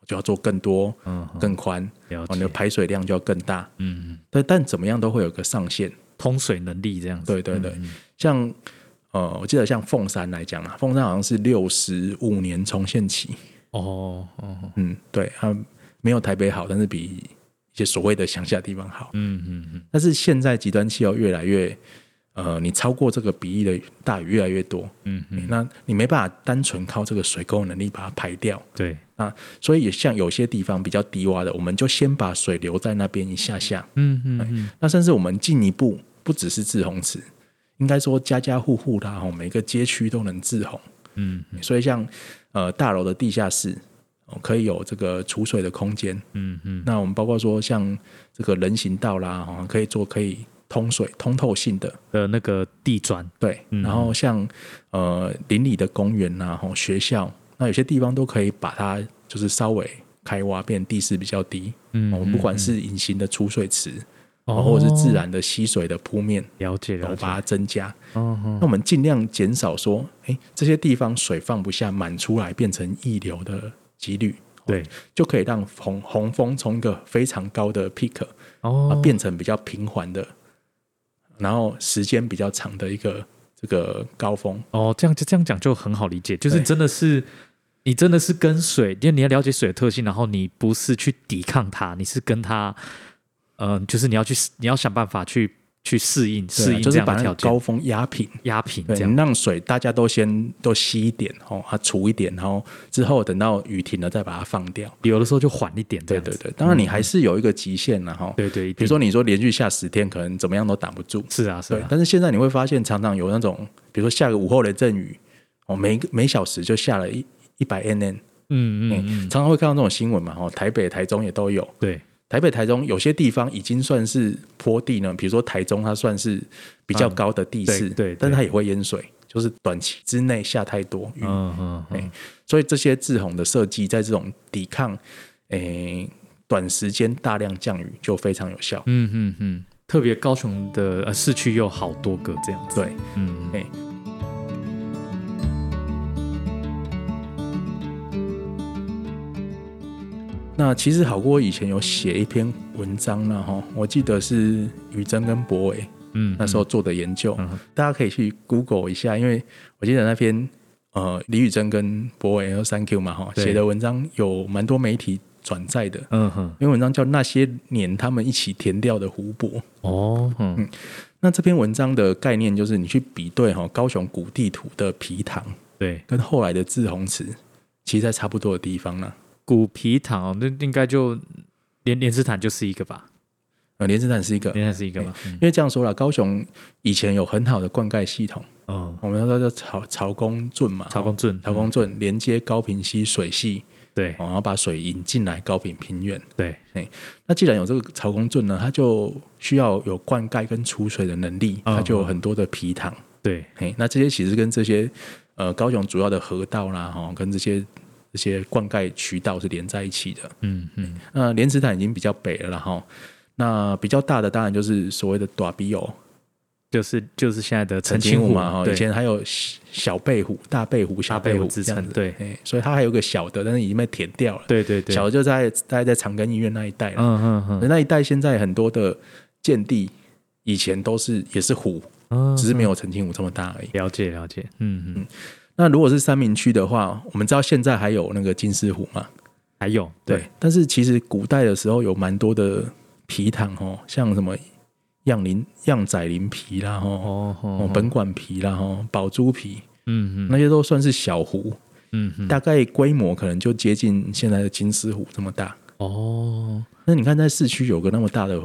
Speaker 1: 就要做更多、
Speaker 2: 嗯，
Speaker 1: 更宽，
Speaker 2: 了
Speaker 1: 哦，你
Speaker 2: 解
Speaker 1: 的，排水量就要更大。
Speaker 2: 嗯，嗯
Speaker 1: 但但怎么样都会有个上限。
Speaker 2: 通水能力这样子，
Speaker 1: 对对对，
Speaker 2: 嗯，嗯
Speaker 1: 像呃，我记得像凤山来讲嘛，啊凤山好像是六十五年重现期，
Speaker 2: 哦哦，
Speaker 1: 嗯，对，它没有台北好，但是比一些所谓的乡下地方好。
Speaker 2: 嗯嗯嗯，
Speaker 1: 但是现在极端气候越来越，呃，你超过这个比例的大雨越来越多，
Speaker 2: 嗯嗯，
Speaker 1: 那你没办法单纯靠这个水沟能力把它排掉。
Speaker 2: 对，
Speaker 1: 那所以也像有些地方比较低洼的，我们就先把水留在那边一下下。
Speaker 2: 嗯嗯嗯，
Speaker 1: 哎那甚至我们进一步，不只是治洪池，应该说家家户户啦，哦，每个街区都能治洪。
Speaker 2: 嗯嗯
Speaker 1: 所以像呃大楼的地下室、哦，可以有这个储水的空间。
Speaker 2: 嗯嗯，
Speaker 1: 那我们包括说像这个人行道啦，哦，可以做可以通水通透性的。
Speaker 2: 的那个地砖，
Speaker 1: 对，
Speaker 2: 嗯
Speaker 1: 然后像呃邻里的公园呐、吼学校，那有些地方都可以把它就是稍微开挖，变地势比较低。
Speaker 2: 嗯
Speaker 1: 我们、不管是隐形的储水池，
Speaker 2: 哦
Speaker 1: 或者是自然的溪水的铺面，
Speaker 2: 了解
Speaker 1: 然
Speaker 2: 了
Speaker 1: 后
Speaker 2: 解，
Speaker 1: 把它增加。
Speaker 2: 哦哦
Speaker 1: 那我们尽量减少说，哎，这些地方水放不下，满出来变成溢流的几率。
Speaker 2: 对，
Speaker 1: 就可以让洪洪峰从一个非常高的 peak 啊
Speaker 2: 哦，
Speaker 1: 变成比较平缓的，然后时间比较长的一个这个高峰。
Speaker 2: 哦，这样就这样讲就很好理解，就是
Speaker 1: 对
Speaker 2: 真的是你真的是跟水，因为你要了解水的特性，然后你不是去抵抗它，你是跟它，嗯、就是你要去你要想办法去去适应
Speaker 1: 对
Speaker 2: 适
Speaker 1: 啊
Speaker 2: 应
Speaker 1: 就
Speaker 2: 这
Speaker 1: 是
Speaker 2: 样
Speaker 1: 把
Speaker 2: 的
Speaker 1: 那
Speaker 2: 条
Speaker 1: 个
Speaker 2: 件，
Speaker 1: 高峰压平，
Speaker 2: 压平
Speaker 1: 对，
Speaker 2: 这样，
Speaker 1: 让水大家都先都吸一点哦，啊除一点，然后之后等到雨停了再把它放掉。
Speaker 2: 有的时候就缓一点这
Speaker 1: 对
Speaker 2: 样子，嗯
Speaker 1: 对对，当然你还是有一个极限了哈。
Speaker 2: 对对，一
Speaker 1: 比如
Speaker 2: 定
Speaker 1: 说你说连续下十天，可能怎么样都挡不住。
Speaker 2: 是啊是
Speaker 1: 对
Speaker 2: 啊，，
Speaker 1: 但是现在你会发现，常常有那种，比如说下个午后的阵雨，哦，每一个每小时就下了一一百 mm，
Speaker 2: 嗯嗯嗯，
Speaker 1: 嗯，常常会看到这种新闻嘛，哦，台北、台中也都有。
Speaker 2: 对，
Speaker 1: 台北、台中有些地方已经算是坡地呢，比如说台中，它算是比较高的地势、
Speaker 2: 嗯对对对
Speaker 1: 但是它也会淹水，就是短期之内下太多雨，
Speaker 2: 嗯嗯嗯，
Speaker 1: 哎所以这些制洪的设计在这种抵抗，诶、短时间大量降雨就非常有效。
Speaker 2: 嗯嗯嗯，特别高雄的呃市区有好多个这样子，
Speaker 1: 对，
Speaker 2: 嗯，嗯
Speaker 1: 哎那其实好过以前有写一篇文章了哈，我记得是于真跟博伟
Speaker 2: 嗯，
Speaker 1: 那时候做的研究，
Speaker 2: 嗯嗯
Speaker 1: 大家可以去 Google 一下，因为我记得那篇呃李宇珍跟博伟还有三 Q 嘛哈
Speaker 2: 对
Speaker 1: 写的文章有蛮多媒体转载的，
Speaker 2: 嗯哼，
Speaker 1: 因为文章叫《那些年他们一起填掉的湖泊》。
Speaker 2: 哦，嗯
Speaker 1: 那这篇文章的概念就是你去比对哈高雄古地图的皮塘
Speaker 2: 对，
Speaker 1: 跟后来的志洪池，其实在差不多的地方啦。
Speaker 2: 古皮塘哦，那应该就连连斯坦就是一个吧，
Speaker 1: 呃，莲池潭是一个，因
Speaker 2: 连斯坦是一个吧，嗯
Speaker 1: 为这样说了，高雄以前有很好的灌溉系统，
Speaker 2: 哦，
Speaker 1: 我们那时候叫曹曹公圳嘛，
Speaker 2: 曹公圳，
Speaker 1: 曹公圳连接高平溪水系，
Speaker 2: 对
Speaker 1: 哦然后把水引进来高平平原。
Speaker 2: 对，
Speaker 1: 那既然有这个曹公圳呢，它就需要有灌溉跟储水的能力，
Speaker 2: 嗯
Speaker 1: 它就有很多的皮塘。
Speaker 2: 对，
Speaker 1: 嘿，那这些其实跟这些呃高雄主要的河道啦，哈、跟这些这些灌溉渠道是连在一起的。
Speaker 2: 嗯嗯，
Speaker 1: 那莲池潭已经比较北了啦，哈、那比较大的当然就是所谓的短鼻友
Speaker 2: 就是就是现在的
Speaker 1: 澄
Speaker 2: 澄
Speaker 1: 清
Speaker 2: 清
Speaker 1: 湖嘛，哈、
Speaker 2: 对
Speaker 1: 以前还有小小背湖、大背湖、小
Speaker 2: 大贝
Speaker 1: 背
Speaker 2: 湖
Speaker 1: 湖
Speaker 2: 之
Speaker 1: 这样
Speaker 2: 称，
Speaker 1: 子。
Speaker 2: 对
Speaker 1: 嘿所以它还有一个小的，但是已经被填掉了。
Speaker 2: 对对对，
Speaker 1: 小的就在大概在长庚医院那一带了。
Speaker 2: 嗯嗯
Speaker 1: 那一带现在很多的建地以前都是也是湖，
Speaker 2: 嗯，
Speaker 1: 只是没有澄清湖这么大而已。
Speaker 2: 了解了解，嗯嗯，
Speaker 1: 那如果是三明区的话，我们知道现在还有那个金丝湖嘛？
Speaker 2: 还有
Speaker 1: 对，
Speaker 2: 对，
Speaker 1: 但是其实古代的时候有蛮多的皮塘哦，像什么样林、样仔林皮啦哦，
Speaker 2: 哦
Speaker 1: 哦
Speaker 2: 哦，
Speaker 1: 本馆皮啦哦，宝珠皮
Speaker 2: 嗯嗯
Speaker 1: 那些都算是小湖，
Speaker 2: 嗯嗯，
Speaker 1: 大概规模可能就接近现在的金丝湖这么大。
Speaker 2: 哦，
Speaker 1: 那你看在市区有个那么大的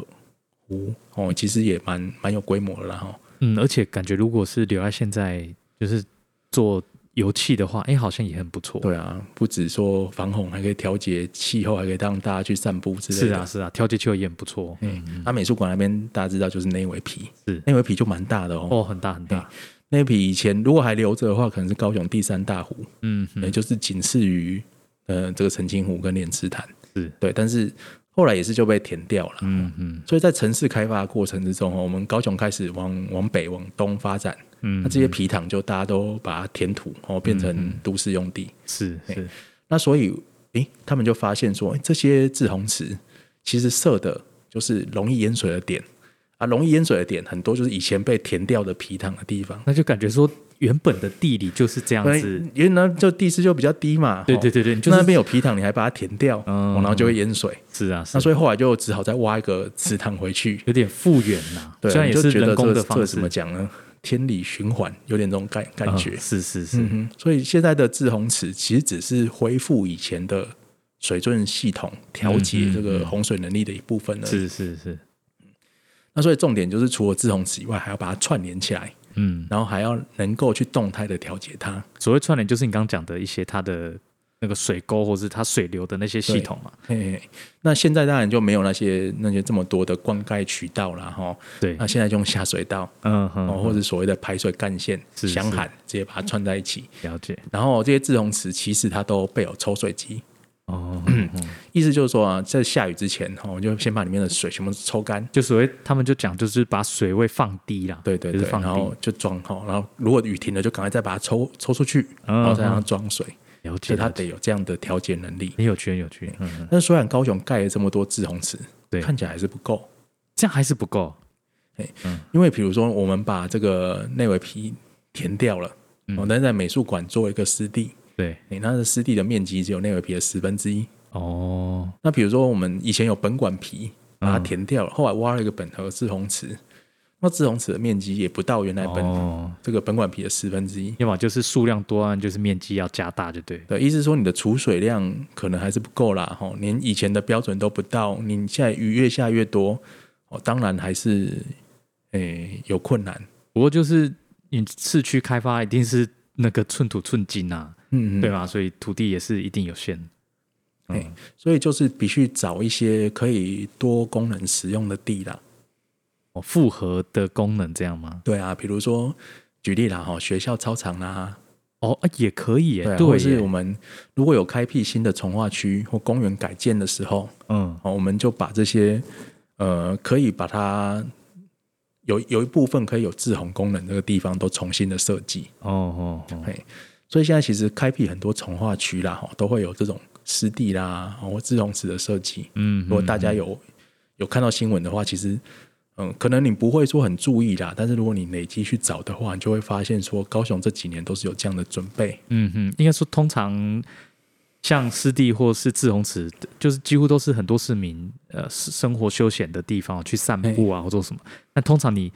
Speaker 1: 湖哦，其实也蛮蛮有规模的啦哦。
Speaker 2: 嗯，而且感觉如果是留在现在，就是做油气的话，哎，好像也很不错，
Speaker 1: 对啊，不止说防洪，还可以调节气候，还可以让大家去散步之类的。
Speaker 2: 是啊是啊，调节气候也很不错，
Speaker 1: 嗯，它、美术馆那边大家知道就是那一围皮，
Speaker 2: 是
Speaker 1: 那一围皮就蛮大的哦。
Speaker 2: 哦，很大很大，
Speaker 1: 那一皮以前如果还留着的话，可能是高雄第三大湖，
Speaker 2: 嗯
Speaker 1: 也
Speaker 2: 嗯，
Speaker 1: 就是仅次于呃这个澄清湖跟莲池潭。
Speaker 2: 是
Speaker 1: 对，但是后来也是就被填掉了。
Speaker 2: 嗯嗯
Speaker 1: 所以在城市开发的过程之中哦，我们高雄开始往往北往东发展，
Speaker 2: 嗯嗯
Speaker 1: 那，这些皮塘就大家都把它填土哦，变成都市用地。
Speaker 2: 是是，
Speaker 1: 那所以诶，他们就发现说，诶这些滞洪池其实设的就是容易淹水的点啊，容易淹水的点很多就是以前被填掉的皮塘的地方。
Speaker 2: 那就感觉说原本的地理就是这样子，
Speaker 1: 因为那就地势就比较低嘛，
Speaker 2: 对
Speaker 1: 吼
Speaker 2: 对对对你就是
Speaker 1: 那边有皮塘，你还把它填掉，
Speaker 2: 嗯
Speaker 1: 哦然后就会淹水。
Speaker 2: 是啊，是
Speaker 1: 那
Speaker 2: 啊
Speaker 1: 所以后来就只好再挖一个池塘回去，
Speaker 2: 有点复原呐，
Speaker 1: 对，
Speaker 2: 虽然也
Speaker 1: 你就
Speaker 2: 是
Speaker 1: 觉得
Speaker 2: 人工
Speaker 1: 这
Speaker 2: 的
Speaker 1: 这
Speaker 2: 方式
Speaker 1: 怎么，讲呢？天理循环，有点这种感感
Speaker 2: 嗯
Speaker 1: 觉。
Speaker 2: 是是
Speaker 1: 嗯
Speaker 2: 是，
Speaker 1: 哼，所以现在的滞洪池其实只是恢复以前的水准系统，调节这
Speaker 2: 嗯嗯
Speaker 1: 个
Speaker 2: 嗯
Speaker 1: 洪水能力的一部分呢。
Speaker 2: 是是是，
Speaker 1: 那所以重点就是，除了滞洪池以外，还要把它串联起来，
Speaker 2: 嗯，
Speaker 1: 然后还要能够去动态的调节它。
Speaker 2: 所谓串联就是你刚刚讲的一些它的那个水沟或是它水流的那些系统嘛，
Speaker 1: 嘿嘿，那现在当然就没有那些那些这么多的灌溉渠道啦，哈。
Speaker 2: 对
Speaker 1: 那，现在就用下水道，
Speaker 2: 嗯哼，
Speaker 1: 哎哦，或者所谓的排水干线、
Speaker 2: 是
Speaker 1: 响
Speaker 2: 是
Speaker 1: 喊，直接把它串在一起。
Speaker 2: 了解，
Speaker 1: 然后这些滞洪池其实它都备有抽水机，
Speaker 2: 哦，
Speaker 1: 意思就是说啊，在下雨之前哈，我们就先把里面的水全部抽干，
Speaker 2: [CLEARS THROAT] 就所谓他们就讲就是把水位放低啦，
Speaker 1: 对对
Speaker 2: 就
Speaker 1: 对
Speaker 2: 是，放
Speaker 1: 然后
Speaker 2: 低，
Speaker 1: 就装哈，然后如果雨停了，就赶快再把它抽抽出去，
Speaker 2: 嗯
Speaker 1: 然后再让它装水，
Speaker 2: 了
Speaker 1: 所
Speaker 2: 解，
Speaker 1: 以它
Speaker 2: 了解
Speaker 1: 得有这样的调节能力。
Speaker 2: 很有趣，很有趣，嗯，嗯
Speaker 1: 但是虽然高雄盖了这么多滞洪池，
Speaker 2: 对
Speaker 1: 看起来还是不够，
Speaker 2: 这样还是不够，
Speaker 1: 因为比如说我们把这个内围皮填掉了，
Speaker 2: 嗯
Speaker 1: 哦，但是在美术馆做一个湿地，
Speaker 2: 对，
Speaker 1: 诶，它的湿地的面积只有内围皮的十分之一。
Speaker 2: 哦，
Speaker 1: 那比如说我们以前有本馆皮，把它
Speaker 2: 嗯
Speaker 1: 填掉了，后来挖了一个本河志洪池，那志洪池的面积也不到原来本、
Speaker 2: 哦，
Speaker 1: 这个本馆皮的十分之一。
Speaker 2: 要么就是数量多，要么就是面积要加大，就对。
Speaker 1: 对，意思是说你的储水量可能还是不够啦，吼，连以前的标准都不到，你现在雨越下越多，哦，当然还是诶、有困难。
Speaker 2: 不过就是你市区开发一定是那个寸土寸金啊，
Speaker 1: 嗯，
Speaker 2: 对吧？所以土地也是一定有限。嗯
Speaker 1: 嘿所以就是必须找一些可以多功能使用的地啦。
Speaker 2: 哦，复合的功能这样吗？
Speaker 1: 对啊，比如说举例啦，哈，学校操场啦，
Speaker 2: 哦，啊、也可以耶，
Speaker 1: 对啊，
Speaker 2: 对
Speaker 1: 或
Speaker 2: 耶
Speaker 1: 者是我们如果有开辟新的从化区或公园改建的时候，
Speaker 2: 嗯，
Speaker 1: 哦，我们就把这些呃，可以把它有有一部分可以有滞洪功能这个地方都重新的设计。
Speaker 2: 哦哦哦，
Speaker 1: 嘿，所以现在其实开辟很多从化区啦，哈，都会有这种湿地啦，哦或滞洪池的设计。
Speaker 2: 嗯，
Speaker 1: 如果大家有有看到新闻的话，其实。嗯，可能你不会说很注意啦，但是如果你累积去找的话，你就会发现说，高雄这几年都是有这样的准备。
Speaker 2: 嗯哼，应该说通常像湿地或是志洪池，就是几乎都是很多市民呃是生活休闲的地方，去散步啊或做什么。那通常你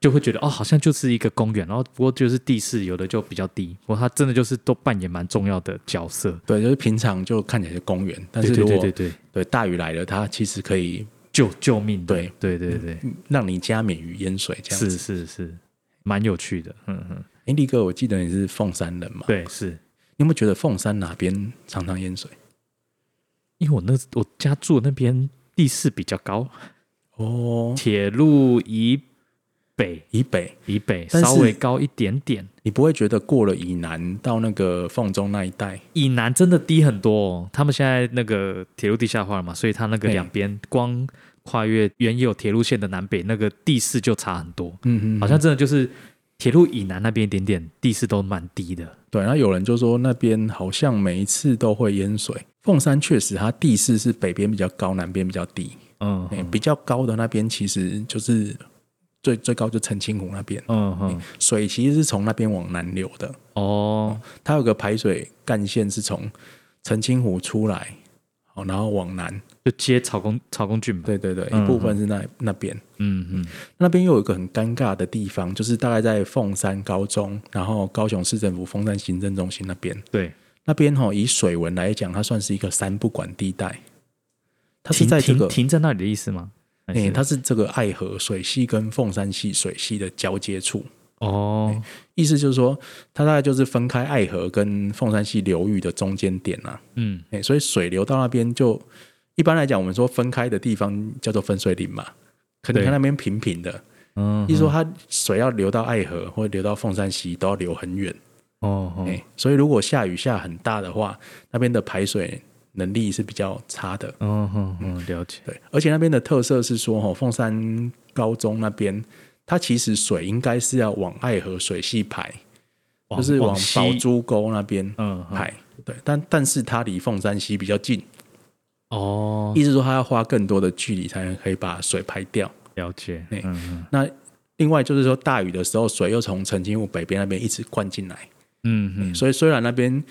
Speaker 2: 就会觉得哦，好像就是一个公园，然后不过就是地势有的就比较低，不过它真的就是都扮演蛮重要的角色。
Speaker 1: 对，就是平常就看起来是公园，但
Speaker 2: 对
Speaker 1: 是
Speaker 2: 对
Speaker 1: 如果
Speaker 2: 对对对，
Speaker 1: 对大雨来了，它其实可以
Speaker 2: 救救命的！
Speaker 1: 对
Speaker 2: 对嗯对对，
Speaker 1: 让你加免于淹水这样
Speaker 2: 是
Speaker 1: 子。
Speaker 2: 是是，蛮有趣的。嗯嗯，
Speaker 1: 哎，力哥，我记得你是凤山人嘛？，
Speaker 2: 对，是
Speaker 1: 你有没有觉得凤山哪边常常淹水？
Speaker 2: 因为我那我家住的那边地势比较高，
Speaker 1: 哦，
Speaker 2: 铁路以北。
Speaker 1: 以北，
Speaker 2: 以北
Speaker 1: 但是
Speaker 2: 稍微高一点点，
Speaker 1: 你不会觉得过了以南到那个凤中那一带，
Speaker 2: 以南真的低很多、哦。他们现在那个铁路地下化了嘛，所以它那个
Speaker 1: 嘿
Speaker 2: 两边光跨越原有铁路线的南北，那个地势就差很多。
Speaker 1: 嗯
Speaker 2: 好像真的就是铁路以南那边一点点地势都蛮低的。
Speaker 1: 对。然后有人就说那边好像每一次都会淹水。凤山确实，它地势是北边比较高，南边比较低。
Speaker 2: 嗯
Speaker 1: 诶比较高的那边其实就是最最高就澄清湖那边，
Speaker 2: 嗯嗯
Speaker 1: 水其实是从那边往南流的。
Speaker 2: 哦
Speaker 1: 它有个排水干线是从澄清湖出来，好，然后往南，
Speaker 2: 就接草公草公郡吧。
Speaker 1: 对对对，
Speaker 2: 嗯
Speaker 1: 一部分是那、那边，
Speaker 2: 嗯嗯
Speaker 1: 那边又有一个很尴尬的地方，就是大概在凤山高中，然后高雄市政府凤山行政中心那边，
Speaker 2: 对，
Speaker 1: 那边哈、以水文来讲，它算是一个三不管地带，它是
Speaker 2: 停
Speaker 1: 在这
Speaker 2: 停
Speaker 1: 个。
Speaker 2: 停在那里的意思吗？还
Speaker 1: 哎、
Speaker 2: 是
Speaker 1: 它是这个爱河水系跟凤山系水系的交接处，
Speaker 2: 哦
Speaker 1: 意思就是说，它大概就是分开爱河跟凤山系流域的中间点啊。
Speaker 2: 嗯
Speaker 1: 哎、所以水流到那边就一般来讲，我们说分开的地方叫做分水岭嘛。可能
Speaker 2: 对
Speaker 1: 它那边平平的，
Speaker 2: 嗯
Speaker 1: 一说它水要流到爱河或者流到凤山溪都要流很远，
Speaker 2: 哦
Speaker 1: 哎、
Speaker 2: 哦
Speaker 1: 所以如果下雨下很大的话，那边的排水能力是比较差的。
Speaker 2: 哦哦哦，了解。
Speaker 1: 对，而且那边的特色是说，哦，凤山高中那边，它其实水应该是要往爱河水系排，就是往
Speaker 2: 西
Speaker 1: 宝珠沟那边
Speaker 2: 嗯嗯
Speaker 1: 排。对，但但是它离凤山溪比较近，
Speaker 2: 哦，
Speaker 1: 意思说它要花更多的距离才能可以把水排掉。
Speaker 2: 了解，
Speaker 1: 对
Speaker 2: 嗯嗯
Speaker 1: 那另外就是说，大雨的时候，水又从澄清湖北边那边一直灌进来，
Speaker 2: 嗯嗯，
Speaker 1: 所以虽然那边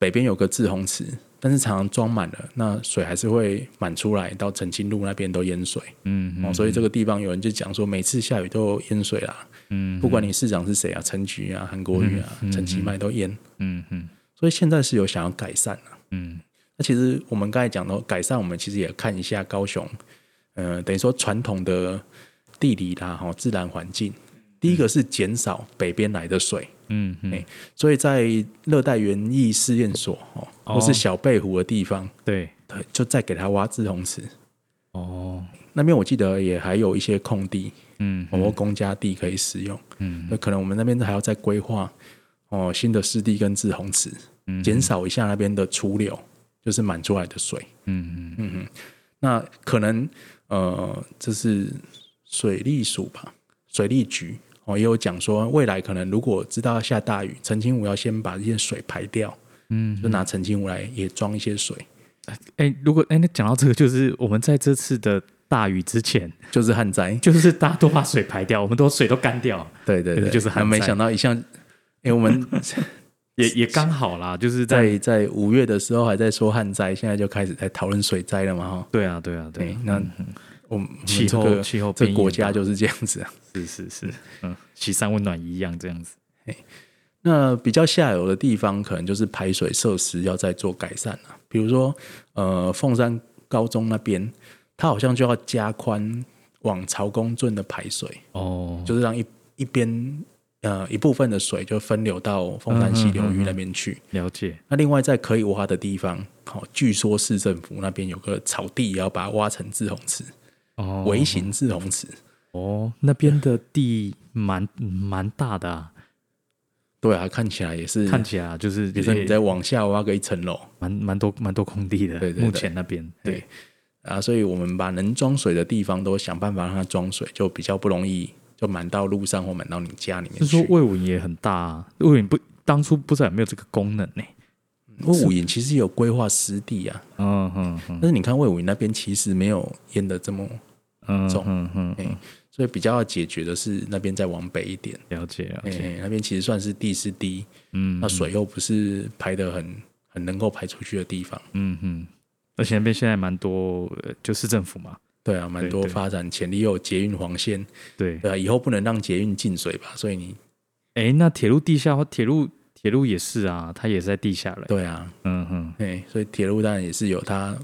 Speaker 1: 北边有个滞洪池，但是常常装满了，那水还是会满出来，到澄清路那边都淹水。
Speaker 2: 嗯
Speaker 1: 哦，所以这个地方有人就讲说，每次下雨都有淹水啦，
Speaker 2: 嗯
Speaker 1: 不管你市长是谁啊，陈菊啊、韩国瑜啊、陈其迈都淹，
Speaker 2: 嗯嗯
Speaker 1: 所以现在是有想要改善啊。
Speaker 2: 嗯
Speaker 1: 那其实我们刚才讲到改善，我们其实也看一下高雄，呃，等于说传统的地理啦、哈自然环境。第一个是减少北边来的水，
Speaker 2: 嗯嗯，
Speaker 1: 哎所以在热带园艺试验所哦，或
Speaker 2: 哦
Speaker 1: 是小贝湖的地方，
Speaker 2: 对，
Speaker 1: 对，就再给它挖滞洪池。
Speaker 2: 哦，
Speaker 1: 那边我记得也还有一些空地，
Speaker 2: 嗯
Speaker 1: 包括公家地可以使用。
Speaker 2: 嗯
Speaker 1: 那可能我们那边还要再规划哦新的湿地跟滞洪池，
Speaker 2: 嗯
Speaker 1: 减少一下那边的储留，就是满出来的水。
Speaker 2: 嗯嗯，
Speaker 1: 那可能呃，这是水利署吧，水利局哦也有讲说，未来可能如果知道要下大雨，澄清湖要先把这些水排掉，
Speaker 2: 嗯，
Speaker 1: 就拿澄清湖来也装一些水，
Speaker 2: 哎，如果哎，那讲到这个，就是我们在这次的大雨之前，
Speaker 1: 就是旱灾。
Speaker 2: 就是大家都把水排掉，我们都水都干掉，
Speaker 1: 对对 [LAUGHS] 对，
Speaker 2: 就是旱灾
Speaker 1: 那没想到一项，哎、我
Speaker 2: [LAUGHS]
Speaker 1: 们
Speaker 2: 也也刚好啦，就是
Speaker 1: 在
Speaker 2: 在
Speaker 1: 在五月的时候还在说旱灾，现在就开始在讨论水灾了嘛，哈。
Speaker 2: 对啊对啊对
Speaker 1: 对
Speaker 2: 啊，，
Speaker 1: 那我们
Speaker 2: 气候
Speaker 1: 我们这个
Speaker 2: 气候
Speaker 1: 这
Speaker 2: 变
Speaker 1: 个
Speaker 2: 异
Speaker 1: 国家
Speaker 2: 吧
Speaker 1: 就是这样子啊。
Speaker 2: 是是是，嗯，洗三温暖一样这样子，
Speaker 1: 那比较下游的地方，可能就是排水设施要再做改善了、比如说，呃，凤山高中那边，它好像就要加宽往朝公圳的排水，
Speaker 2: 哦，
Speaker 1: 就是让一一边呃一部分的水就分流到凤山
Speaker 2: 嗯
Speaker 1: 溪流域那边去。
Speaker 2: 了解，
Speaker 1: 那另外在可以挖的地方，好、据说市政府那边有个草地，也要把它挖成滞洪池，
Speaker 2: 哦，
Speaker 1: 微型滞洪池。
Speaker 2: 哦，那边的地蛮蛮大的啊，
Speaker 1: 对啊，看起来也是
Speaker 2: 看起来啊就是
Speaker 1: 比如说你再往下挖个一层楼，
Speaker 2: 蛮蛮多蛮多空地的，
Speaker 1: 对对对
Speaker 2: 目前那边
Speaker 1: 对啊，所以我们把能装水的地方都想办法让它装水，就比较不容易就满到路上或满到你家里面
Speaker 2: 是说
Speaker 1: 去。
Speaker 2: 魏武营也很大、啊，魏武营不当初不知道有没有这个功能呢、
Speaker 1: 魏武营其实有规划湿地啊，
Speaker 2: 嗯嗯嗯
Speaker 1: 但是你看魏武营那边其实没有淹的这么，
Speaker 2: 嗯
Speaker 1: 重
Speaker 2: 嗯嗯，
Speaker 1: 哎、所以比较要解决的是那边再往北一点，
Speaker 2: 了解了
Speaker 1: 哎、
Speaker 2: 解，
Speaker 1: 那边其实算是地是低，
Speaker 2: 嗯
Speaker 1: 那水又不是排的很很能够排出去的地方。
Speaker 2: 嗯嗯，而且那边现在蛮多，呃就市政府嘛，
Speaker 1: 对啊，蛮
Speaker 2: 对
Speaker 1: 多
Speaker 2: 对
Speaker 1: 发展潜力，又有捷运黄线，
Speaker 2: 对，
Speaker 1: 对啊，以后不能让捷运进水吧？所以你
Speaker 2: 哎、那铁路地下化，铁路铁路也是啊，它也是在地下了，
Speaker 1: 对啊，
Speaker 2: 嗯嗯
Speaker 1: 哎，所以铁路当然也是有它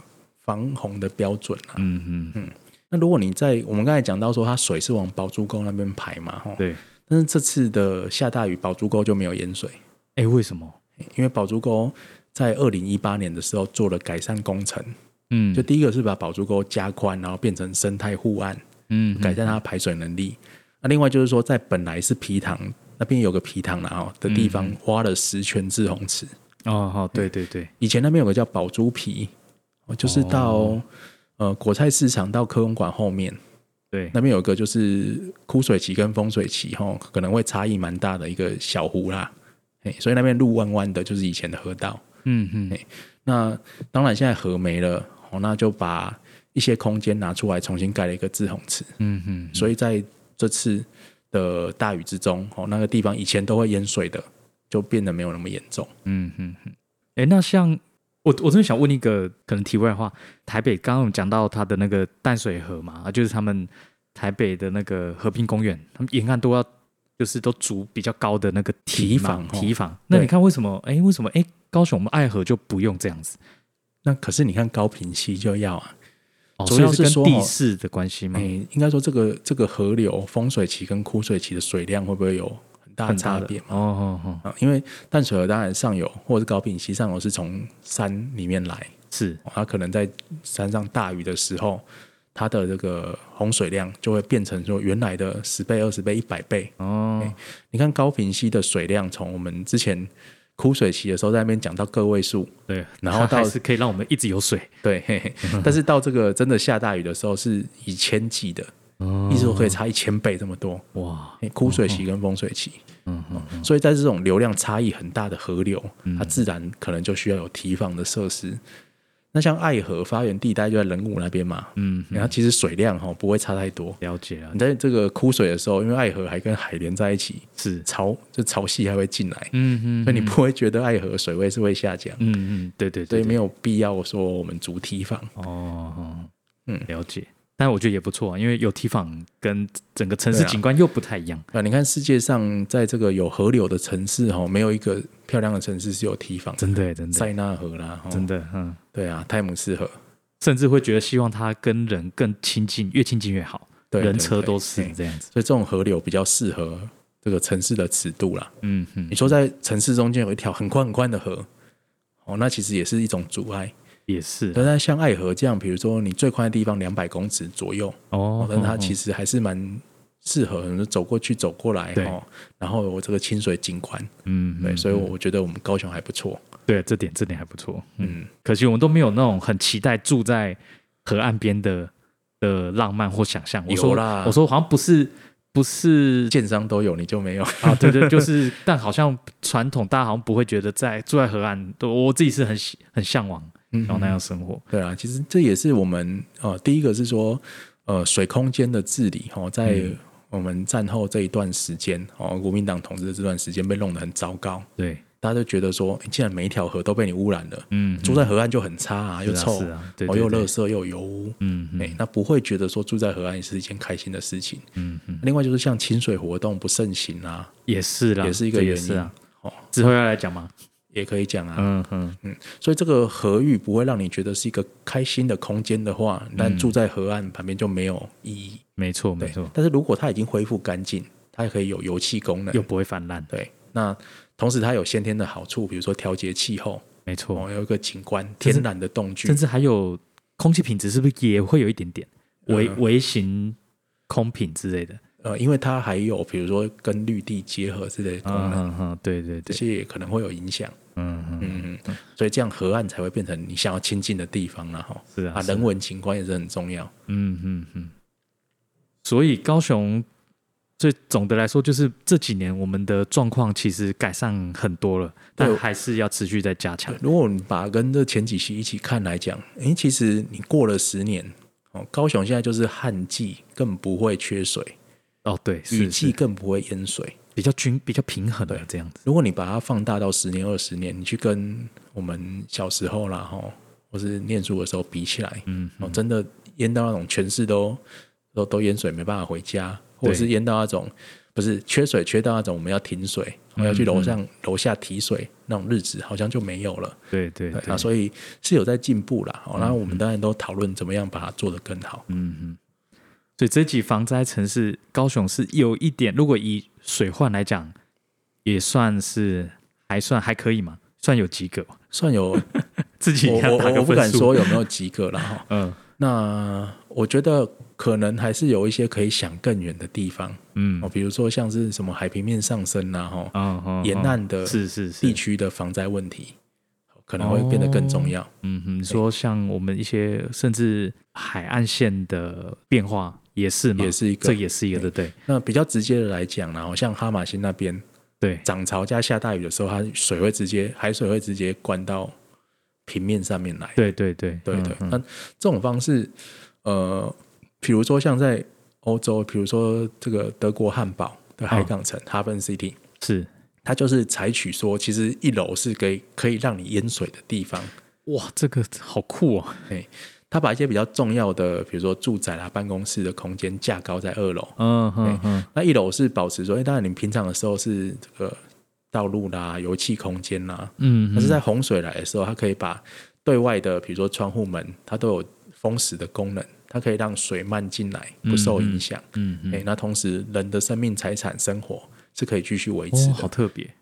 Speaker 1: 防洪的标准啦。
Speaker 2: 嗯嗯，
Speaker 1: 那如果你在我们刚才讲到说，它水是往宝珠沟那边排嘛，吼，
Speaker 2: 对，
Speaker 1: 但是这次的下大雨，宝珠沟就没有淹水，
Speaker 2: 哎、为什么？
Speaker 1: 因为宝珠沟在二零一八年的时候做了改善工程，
Speaker 2: 嗯，
Speaker 1: 就第一个是把宝珠沟加宽，然后变成生态护岸，
Speaker 2: 嗯
Speaker 1: 改善它的排水能力。那另外就是说，在本来是皮塘那边有个皮塘啦，哦的地方挖了十圈滞洪池，
Speaker 2: 哦好，对对对，
Speaker 1: 以前那边有个叫宝珠皮，哦就是到、呃国菜市场到科公馆后面
Speaker 2: 对，
Speaker 1: 那边有个就是枯水期跟丰水期哈、吼可能会差异蛮大的一个小湖啦，哎，所以那边路弯弯的，就是以前的河道。
Speaker 2: 嗯嗯
Speaker 1: 那当然现在河没了，哦，那就把一些空间拿出来重新盖了一个滞洪池，
Speaker 2: 嗯嗯，
Speaker 1: 所以在这次的大雨之中，哦，那个地方以前都会淹水的，就变得没有那么严重。
Speaker 2: 嗯嗯嗯。哎、那像我，我真的想问一个可能题外话，台北刚刚我们讲到它的那个淡水河嘛，啊就是他们台北的那个和平公园，他们沿岸都要就是都筑比较高的那个
Speaker 1: 堤
Speaker 2: 嘛
Speaker 1: 防哦
Speaker 2: 堤防。那你
Speaker 1: 对
Speaker 2: 看为什么？哎、为什么？哎、高雄我们爱河就不用这样子？
Speaker 1: 那可是你看高平溪就要啊，
Speaker 2: 哦，
Speaker 1: 主
Speaker 2: 所以哎
Speaker 1: 要是
Speaker 2: 跟
Speaker 1: 说
Speaker 2: 地
Speaker 1: 哦
Speaker 2: 势的关系吗？
Speaker 1: 诶、应该说这个这个河流丰水期跟枯水期的水量会不会有很大的
Speaker 2: 很大
Speaker 1: 差
Speaker 2: 的
Speaker 1: 别嘛？
Speaker 2: 哦哦哦，
Speaker 1: 啊，因为淡水河当然上游或者是高屏溪上游是从山里面来，
Speaker 2: 是
Speaker 1: 哦它可能在山上大雨的时候，它的这个洪水量就会变成说原来的十倍、二十倍、一百倍。哎
Speaker 2: 哦，
Speaker 1: 你看高屏溪的水量，从我们之前枯水期的时候在那边讲到个位数，
Speaker 2: 对，
Speaker 1: 然后
Speaker 2: 它还
Speaker 1: 到
Speaker 2: 是可以让我们一直有水。 [LAUGHS]
Speaker 1: 对，嘿嘿但是到这个真的下大雨的时候是以千计的，
Speaker 2: 哦
Speaker 1: 意思说可以差一千倍这么多。
Speaker 2: 哇，
Speaker 1: 欸枯水期跟风水期，哦
Speaker 2: 嗯嗯
Speaker 1: 所以在这种流量差异很大的河流，
Speaker 2: 嗯
Speaker 1: 它自然可能就需要有堤防的设施。那像爱河发源地带就在仁武那边嘛，
Speaker 2: 嗯，
Speaker 1: 然后其实水量哈不会差太多。
Speaker 2: 了解了
Speaker 1: 你，在这个枯水的时候，因为爱河还跟海连在一起，
Speaker 2: 是，
Speaker 1: 潮就潮汐还会进来，
Speaker 2: 嗯嗯
Speaker 1: 所以你不会觉得爱河水位是会下降，
Speaker 2: 嗯嗯，对对
Speaker 1: 所
Speaker 2: 对
Speaker 1: 以，没有必要说我们筑堤防。
Speaker 2: 哦，嗯
Speaker 1: 嗯，
Speaker 2: 了解。但我觉得也不错啊，因为有提防跟整个城市
Speaker 1: 对啊
Speaker 2: 景观又不太一样。
Speaker 1: 啊，你看世界上在这个有河流的城市哈，没有一个漂亮的城市是有堤防的，
Speaker 2: 真的耶，真的耶，
Speaker 1: 塞纳河啦，哦齁
Speaker 2: 真的，嗯，
Speaker 1: 对啊，泰晤士河，
Speaker 2: 甚至会觉得希望它跟人更亲近，越亲近越好，
Speaker 1: 对，
Speaker 2: 人
Speaker 1: 对
Speaker 2: 车
Speaker 1: 对
Speaker 2: 都是
Speaker 1: 嘿
Speaker 2: 这样子。
Speaker 1: 所以这种河流比较适合这个城市的尺度啦。
Speaker 2: 嗯嗯
Speaker 1: 你，说在城市中间有一条很宽很宽的河，哦，那其实也是一种阻碍。
Speaker 2: 也是啊
Speaker 1: 但是像爱河这样，比如说你最宽的地方两百公尺左右，
Speaker 2: 哦
Speaker 1: 哦，，但它其
Speaker 2: 实
Speaker 1: 实还是蛮适合，可能走过去走过来
Speaker 2: 对
Speaker 1: 哦，然后有这个清水景观，
Speaker 2: 嗯，
Speaker 1: 对，
Speaker 2: 嗯
Speaker 1: 所以
Speaker 2: 嗯
Speaker 1: 我觉得我们高雄还不错，
Speaker 2: 对这点这点还不错。嗯，
Speaker 1: 嗯，
Speaker 2: 可惜我们都没有那种很期待住在河岸边的的浪漫或想象。我说
Speaker 1: 有啦
Speaker 2: 我说好像不是不是
Speaker 1: 建商都有，你就没有，
Speaker 2: 啊，对对，就是，但好像传统大家好像不会觉得在住在河岸，都我自己是很喜很向往
Speaker 1: 嗯
Speaker 2: 然后那样生活。
Speaker 1: 对啊，其实这也是我们呃，第一个是说呃，水空间的治理哦，在
Speaker 2: 嗯
Speaker 1: 我们战后这一段时间哦，国民党统治的这段时间被弄得很糟糕，
Speaker 2: 对，
Speaker 1: 大家就觉得说，诶既然每一条河都被你污染了，
Speaker 2: 嗯，
Speaker 1: 住在河岸就很差啊，
Speaker 2: 是
Speaker 1: 又
Speaker 2: 啊
Speaker 1: 臭，
Speaker 2: 是啊，对，
Speaker 1: 哦，又
Speaker 2: 热
Speaker 1: 垃，圾又有油污。
Speaker 2: 嗯
Speaker 1: 哎、
Speaker 2: 嗯
Speaker 1: 那不会觉得说住在河岸是一件开心的事情。
Speaker 2: 嗯嗯，
Speaker 1: 另外就是像清水活动不盛行啊，
Speaker 2: 也是啦，
Speaker 1: 也是一个
Speaker 2: 这
Speaker 1: 原
Speaker 2: 也
Speaker 1: 因
Speaker 2: 是啊。
Speaker 1: 哦，
Speaker 2: 之后要来讲吗？
Speaker 1: 也可以讲啊。
Speaker 2: 嗯嗯，
Speaker 1: 所以这个河域不会让你觉得是一个开心的空间的话，那
Speaker 2: 嗯
Speaker 1: 住在河岸旁边就没有意义。
Speaker 2: 没错没
Speaker 1: 对
Speaker 2: 错，，
Speaker 1: 但是如果它已经恢复干净，它也可以有油气功
Speaker 2: 又
Speaker 1: 能。
Speaker 2: 不会泛滥，
Speaker 1: 对，那同时它有先天的好处，比如说调节气候，
Speaker 2: 没错，
Speaker 1: 哦，有一个景观
Speaker 2: 甚至
Speaker 1: 天然的动
Speaker 2: 甚
Speaker 1: 距。
Speaker 2: 至还有空气品质是不是也会有一点点微
Speaker 1: 嗯
Speaker 2: 微型空品之类的？
Speaker 1: 呃，因为它还有比如说跟绿地结合之类的功
Speaker 2: 嗯
Speaker 1: 能，
Speaker 2: 嗯嗯，对对
Speaker 1: 这
Speaker 2: 对，
Speaker 1: 些也可能会有影响。
Speaker 2: 嗯嗯，
Speaker 1: 嗯，嗯，所以这样河岸才会变成你想要亲近的地方啦，哈。
Speaker 2: 是啊
Speaker 1: 啊，，
Speaker 2: 是啊
Speaker 1: 人文景观也是很重要。
Speaker 2: 嗯嗯嗯，所以高雄，最总的来说就是这几年我们的状况其实改善很多了，但
Speaker 1: 对
Speaker 2: 还是要持续在加强。
Speaker 1: 如果你把跟这前几期一起看来讲，诶、其实你过了十年，哦，高雄现在就是旱季，更不会缺水，
Speaker 2: 哦，对，
Speaker 1: 雨
Speaker 2: 是
Speaker 1: 季
Speaker 2: 是
Speaker 1: 更不会淹水。
Speaker 2: 比较均比较平衡的这样子。
Speaker 1: 如果你把它放大到十年、二十年，你去跟我们小时候啦，哈，或是念书的时候比起来，
Speaker 2: 嗯，
Speaker 1: 哦，真的淹到那种全市都都都淹水，没办法回家，或者是淹到那种不是缺水缺到那种我们要停水，我、们要去楼
Speaker 2: 嗯
Speaker 1: 上楼下提水那种日子，好像就没有了。
Speaker 2: 对对
Speaker 1: 对
Speaker 2: 对，
Speaker 1: 啊，所以是有在进步啦。哦，那我们当然都讨论怎么样把它做得更好。
Speaker 2: 嗯嗯，所以这几防灾城市，高雄是有一点，如果以水患来讲，也算是还算还可以嘛，算有及格。
Speaker 1: 算有，我
Speaker 2: 自 [LAUGHS] 己要
Speaker 1: 我
Speaker 2: 打
Speaker 1: 我
Speaker 2: 个
Speaker 1: 我不
Speaker 2: 分
Speaker 1: 敢
Speaker 2: 数
Speaker 1: 说，有没有及格啦。哈。
Speaker 2: [LAUGHS] 嗯
Speaker 1: 那我觉得可能还是有一些可以想更远的地方
Speaker 2: 嗯
Speaker 1: 哦，比如说像是什么海平面上升啦，哈，
Speaker 2: 嗯嗯，
Speaker 1: 沿岸的
Speaker 2: 是是是
Speaker 1: 地区的防灾问题可能会变得更重要。
Speaker 2: 嗯哼，你说像我们一些甚至海岸线的变化也是嘛，
Speaker 1: 也是一个
Speaker 2: 这也是一个，对不对？
Speaker 1: 那比较直接的来讲啦，然后像哈马星那边
Speaker 2: 对，
Speaker 1: 涨潮加下大雨的时候，它水会直接海水会直接灌到平面上面来。
Speaker 2: 对对对
Speaker 1: 对对，
Speaker 2: 嗯
Speaker 1: 那这种方式，呃，比如说像在欧洲，比如说这个德国汉堡的海港城、哈 Hafen City，
Speaker 2: 是
Speaker 1: 它就是采取说，其实一楼是给可以让你淹水的地方。
Speaker 2: 哇，这个好酷哦，
Speaker 1: 哎，它把一些比较重要的，比如说住宅啦、办公室的空间架高在二楼，
Speaker 2: 嗯哼哼，
Speaker 1: 那一楼是保持说，哎、当然你平常的时候是这个道路啦、油气空间啦，
Speaker 2: 嗯，
Speaker 1: 但是在洪水来的时候，它可以把对外的，比如说窗户门，它都有封死的功能，它可以让水漫进来，不受影响。
Speaker 2: 嗯嗯
Speaker 1: 哎、那同时人的生命、财产、生活是可以继续维持
Speaker 2: 哦，
Speaker 1: 的。
Speaker 2: 好嗯特别，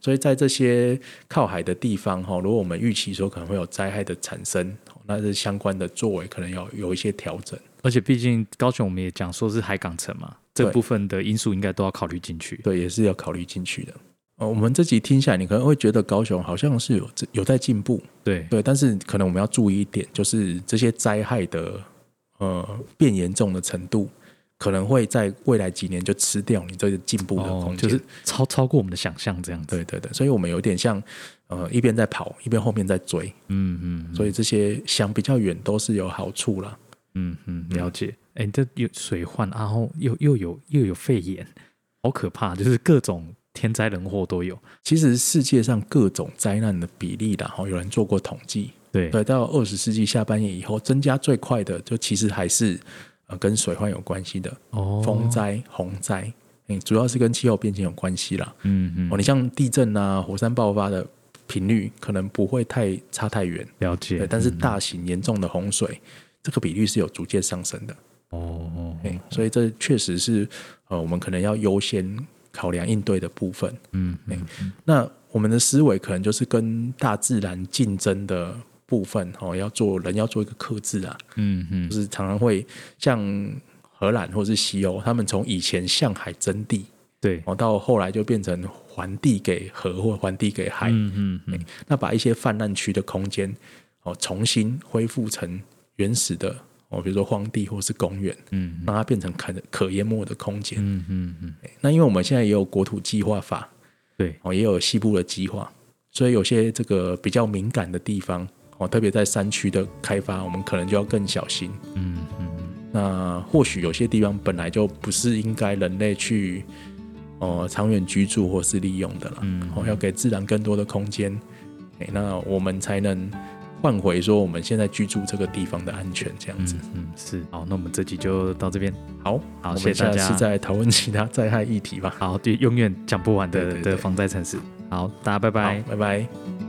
Speaker 1: 所以在这些靠海的地方，哈，如果我们预期说可能会有灾害的产生，那是相关的作为可能要有一些调整。
Speaker 2: 而且毕竟高雄我们也讲说是海港城嘛，这
Speaker 1: 对
Speaker 2: 部分的因素应该都要考虑进去。
Speaker 1: 对，也是要考虑进去的。呃，我们这集听下来，你可能会觉得高雄好像是有有在进步，
Speaker 2: 对，
Speaker 1: 对，但是可能我们要注意一点，就是这些灾害的呃变严重的程度，可能会在未来几年就吃掉你这个进步的空间、，
Speaker 2: 哦就是超超过我们的想象这样子。
Speaker 1: 对对对，所以我们有点像呃一边在跑，一边后面在追，
Speaker 2: 嗯嗯
Speaker 1: 所以这些想比较远都是有好处啦。
Speaker 2: 嗯嗯，了解。哎、你这有水患，然后又又有又有肺炎，好可怕！就是各种天灾人祸都有。
Speaker 1: 其实世界上各种灾难的比例啦，哈，有人做过统计，
Speaker 2: 对，
Speaker 1: 对，到二十世纪下半叶以后，增加最快的就其实还是呃跟水患有关系的，
Speaker 2: 哦，
Speaker 1: 风，灾、洪灾，嗯，主要是跟气候变迁有关系啦。
Speaker 2: 嗯嗯，
Speaker 1: 哦，你像地震啊、火山爆发的频率可能不会太差太远，
Speaker 2: 了
Speaker 1: 对，
Speaker 2: 解。
Speaker 1: 但是大型严重的洪水，这个比率是有逐渐上升的。
Speaker 2: 哦哦，
Speaker 1: 哎、所以这确实是呃，我们可能要优先考量应对的部分。
Speaker 2: 嗯
Speaker 1: 哎、那我们的思维可能就是跟大自然竞争的部分哦，要做人要做一个克制啊，
Speaker 2: 嗯嗯
Speaker 1: 就，是常常会像荷兰或是西欧，他们从以前向海征地，
Speaker 2: 对，
Speaker 1: 哦，到后来就变成还地给河或还地给海，
Speaker 2: 嗯嗯嗯，
Speaker 1: 那把一些泛滥区的空间哦重新恢复成原始的哦，比如说荒地或是公园，
Speaker 2: 嗯，
Speaker 1: 让它变成可可淹没的空间。
Speaker 2: 嗯嗯嗯，
Speaker 1: 那因为我们现在也有国土计划法
Speaker 2: 对，
Speaker 1: 哦，也有西部的计划，所以有些这个比较敏感的地方哦，特别在山区的开发，我们可能就要更小心。
Speaker 2: 嗯嗯
Speaker 1: 那或许有些地方本来就不是应该人类去哦、呃长远居住或是利用的啦，
Speaker 2: 嗯
Speaker 1: 哦，要给自然更多的空间，哎、那我们才能换回说我们现在居住这个地方的安全这样子。
Speaker 2: 嗯嗯，是。好，那我们这集就到这边。
Speaker 1: 好，
Speaker 2: 好
Speaker 1: 我
Speaker 2: 谢
Speaker 1: 们
Speaker 2: 谢大
Speaker 1: 下
Speaker 2: 家
Speaker 1: 次再讨论其他灾害议题吧。
Speaker 2: 好，就永远讲不完
Speaker 1: 对
Speaker 2: 的
Speaker 1: 对
Speaker 2: 的
Speaker 1: 对
Speaker 2: 防灾城市。好，大家拜
Speaker 1: 好
Speaker 2: 拜，。
Speaker 1: 拜拜。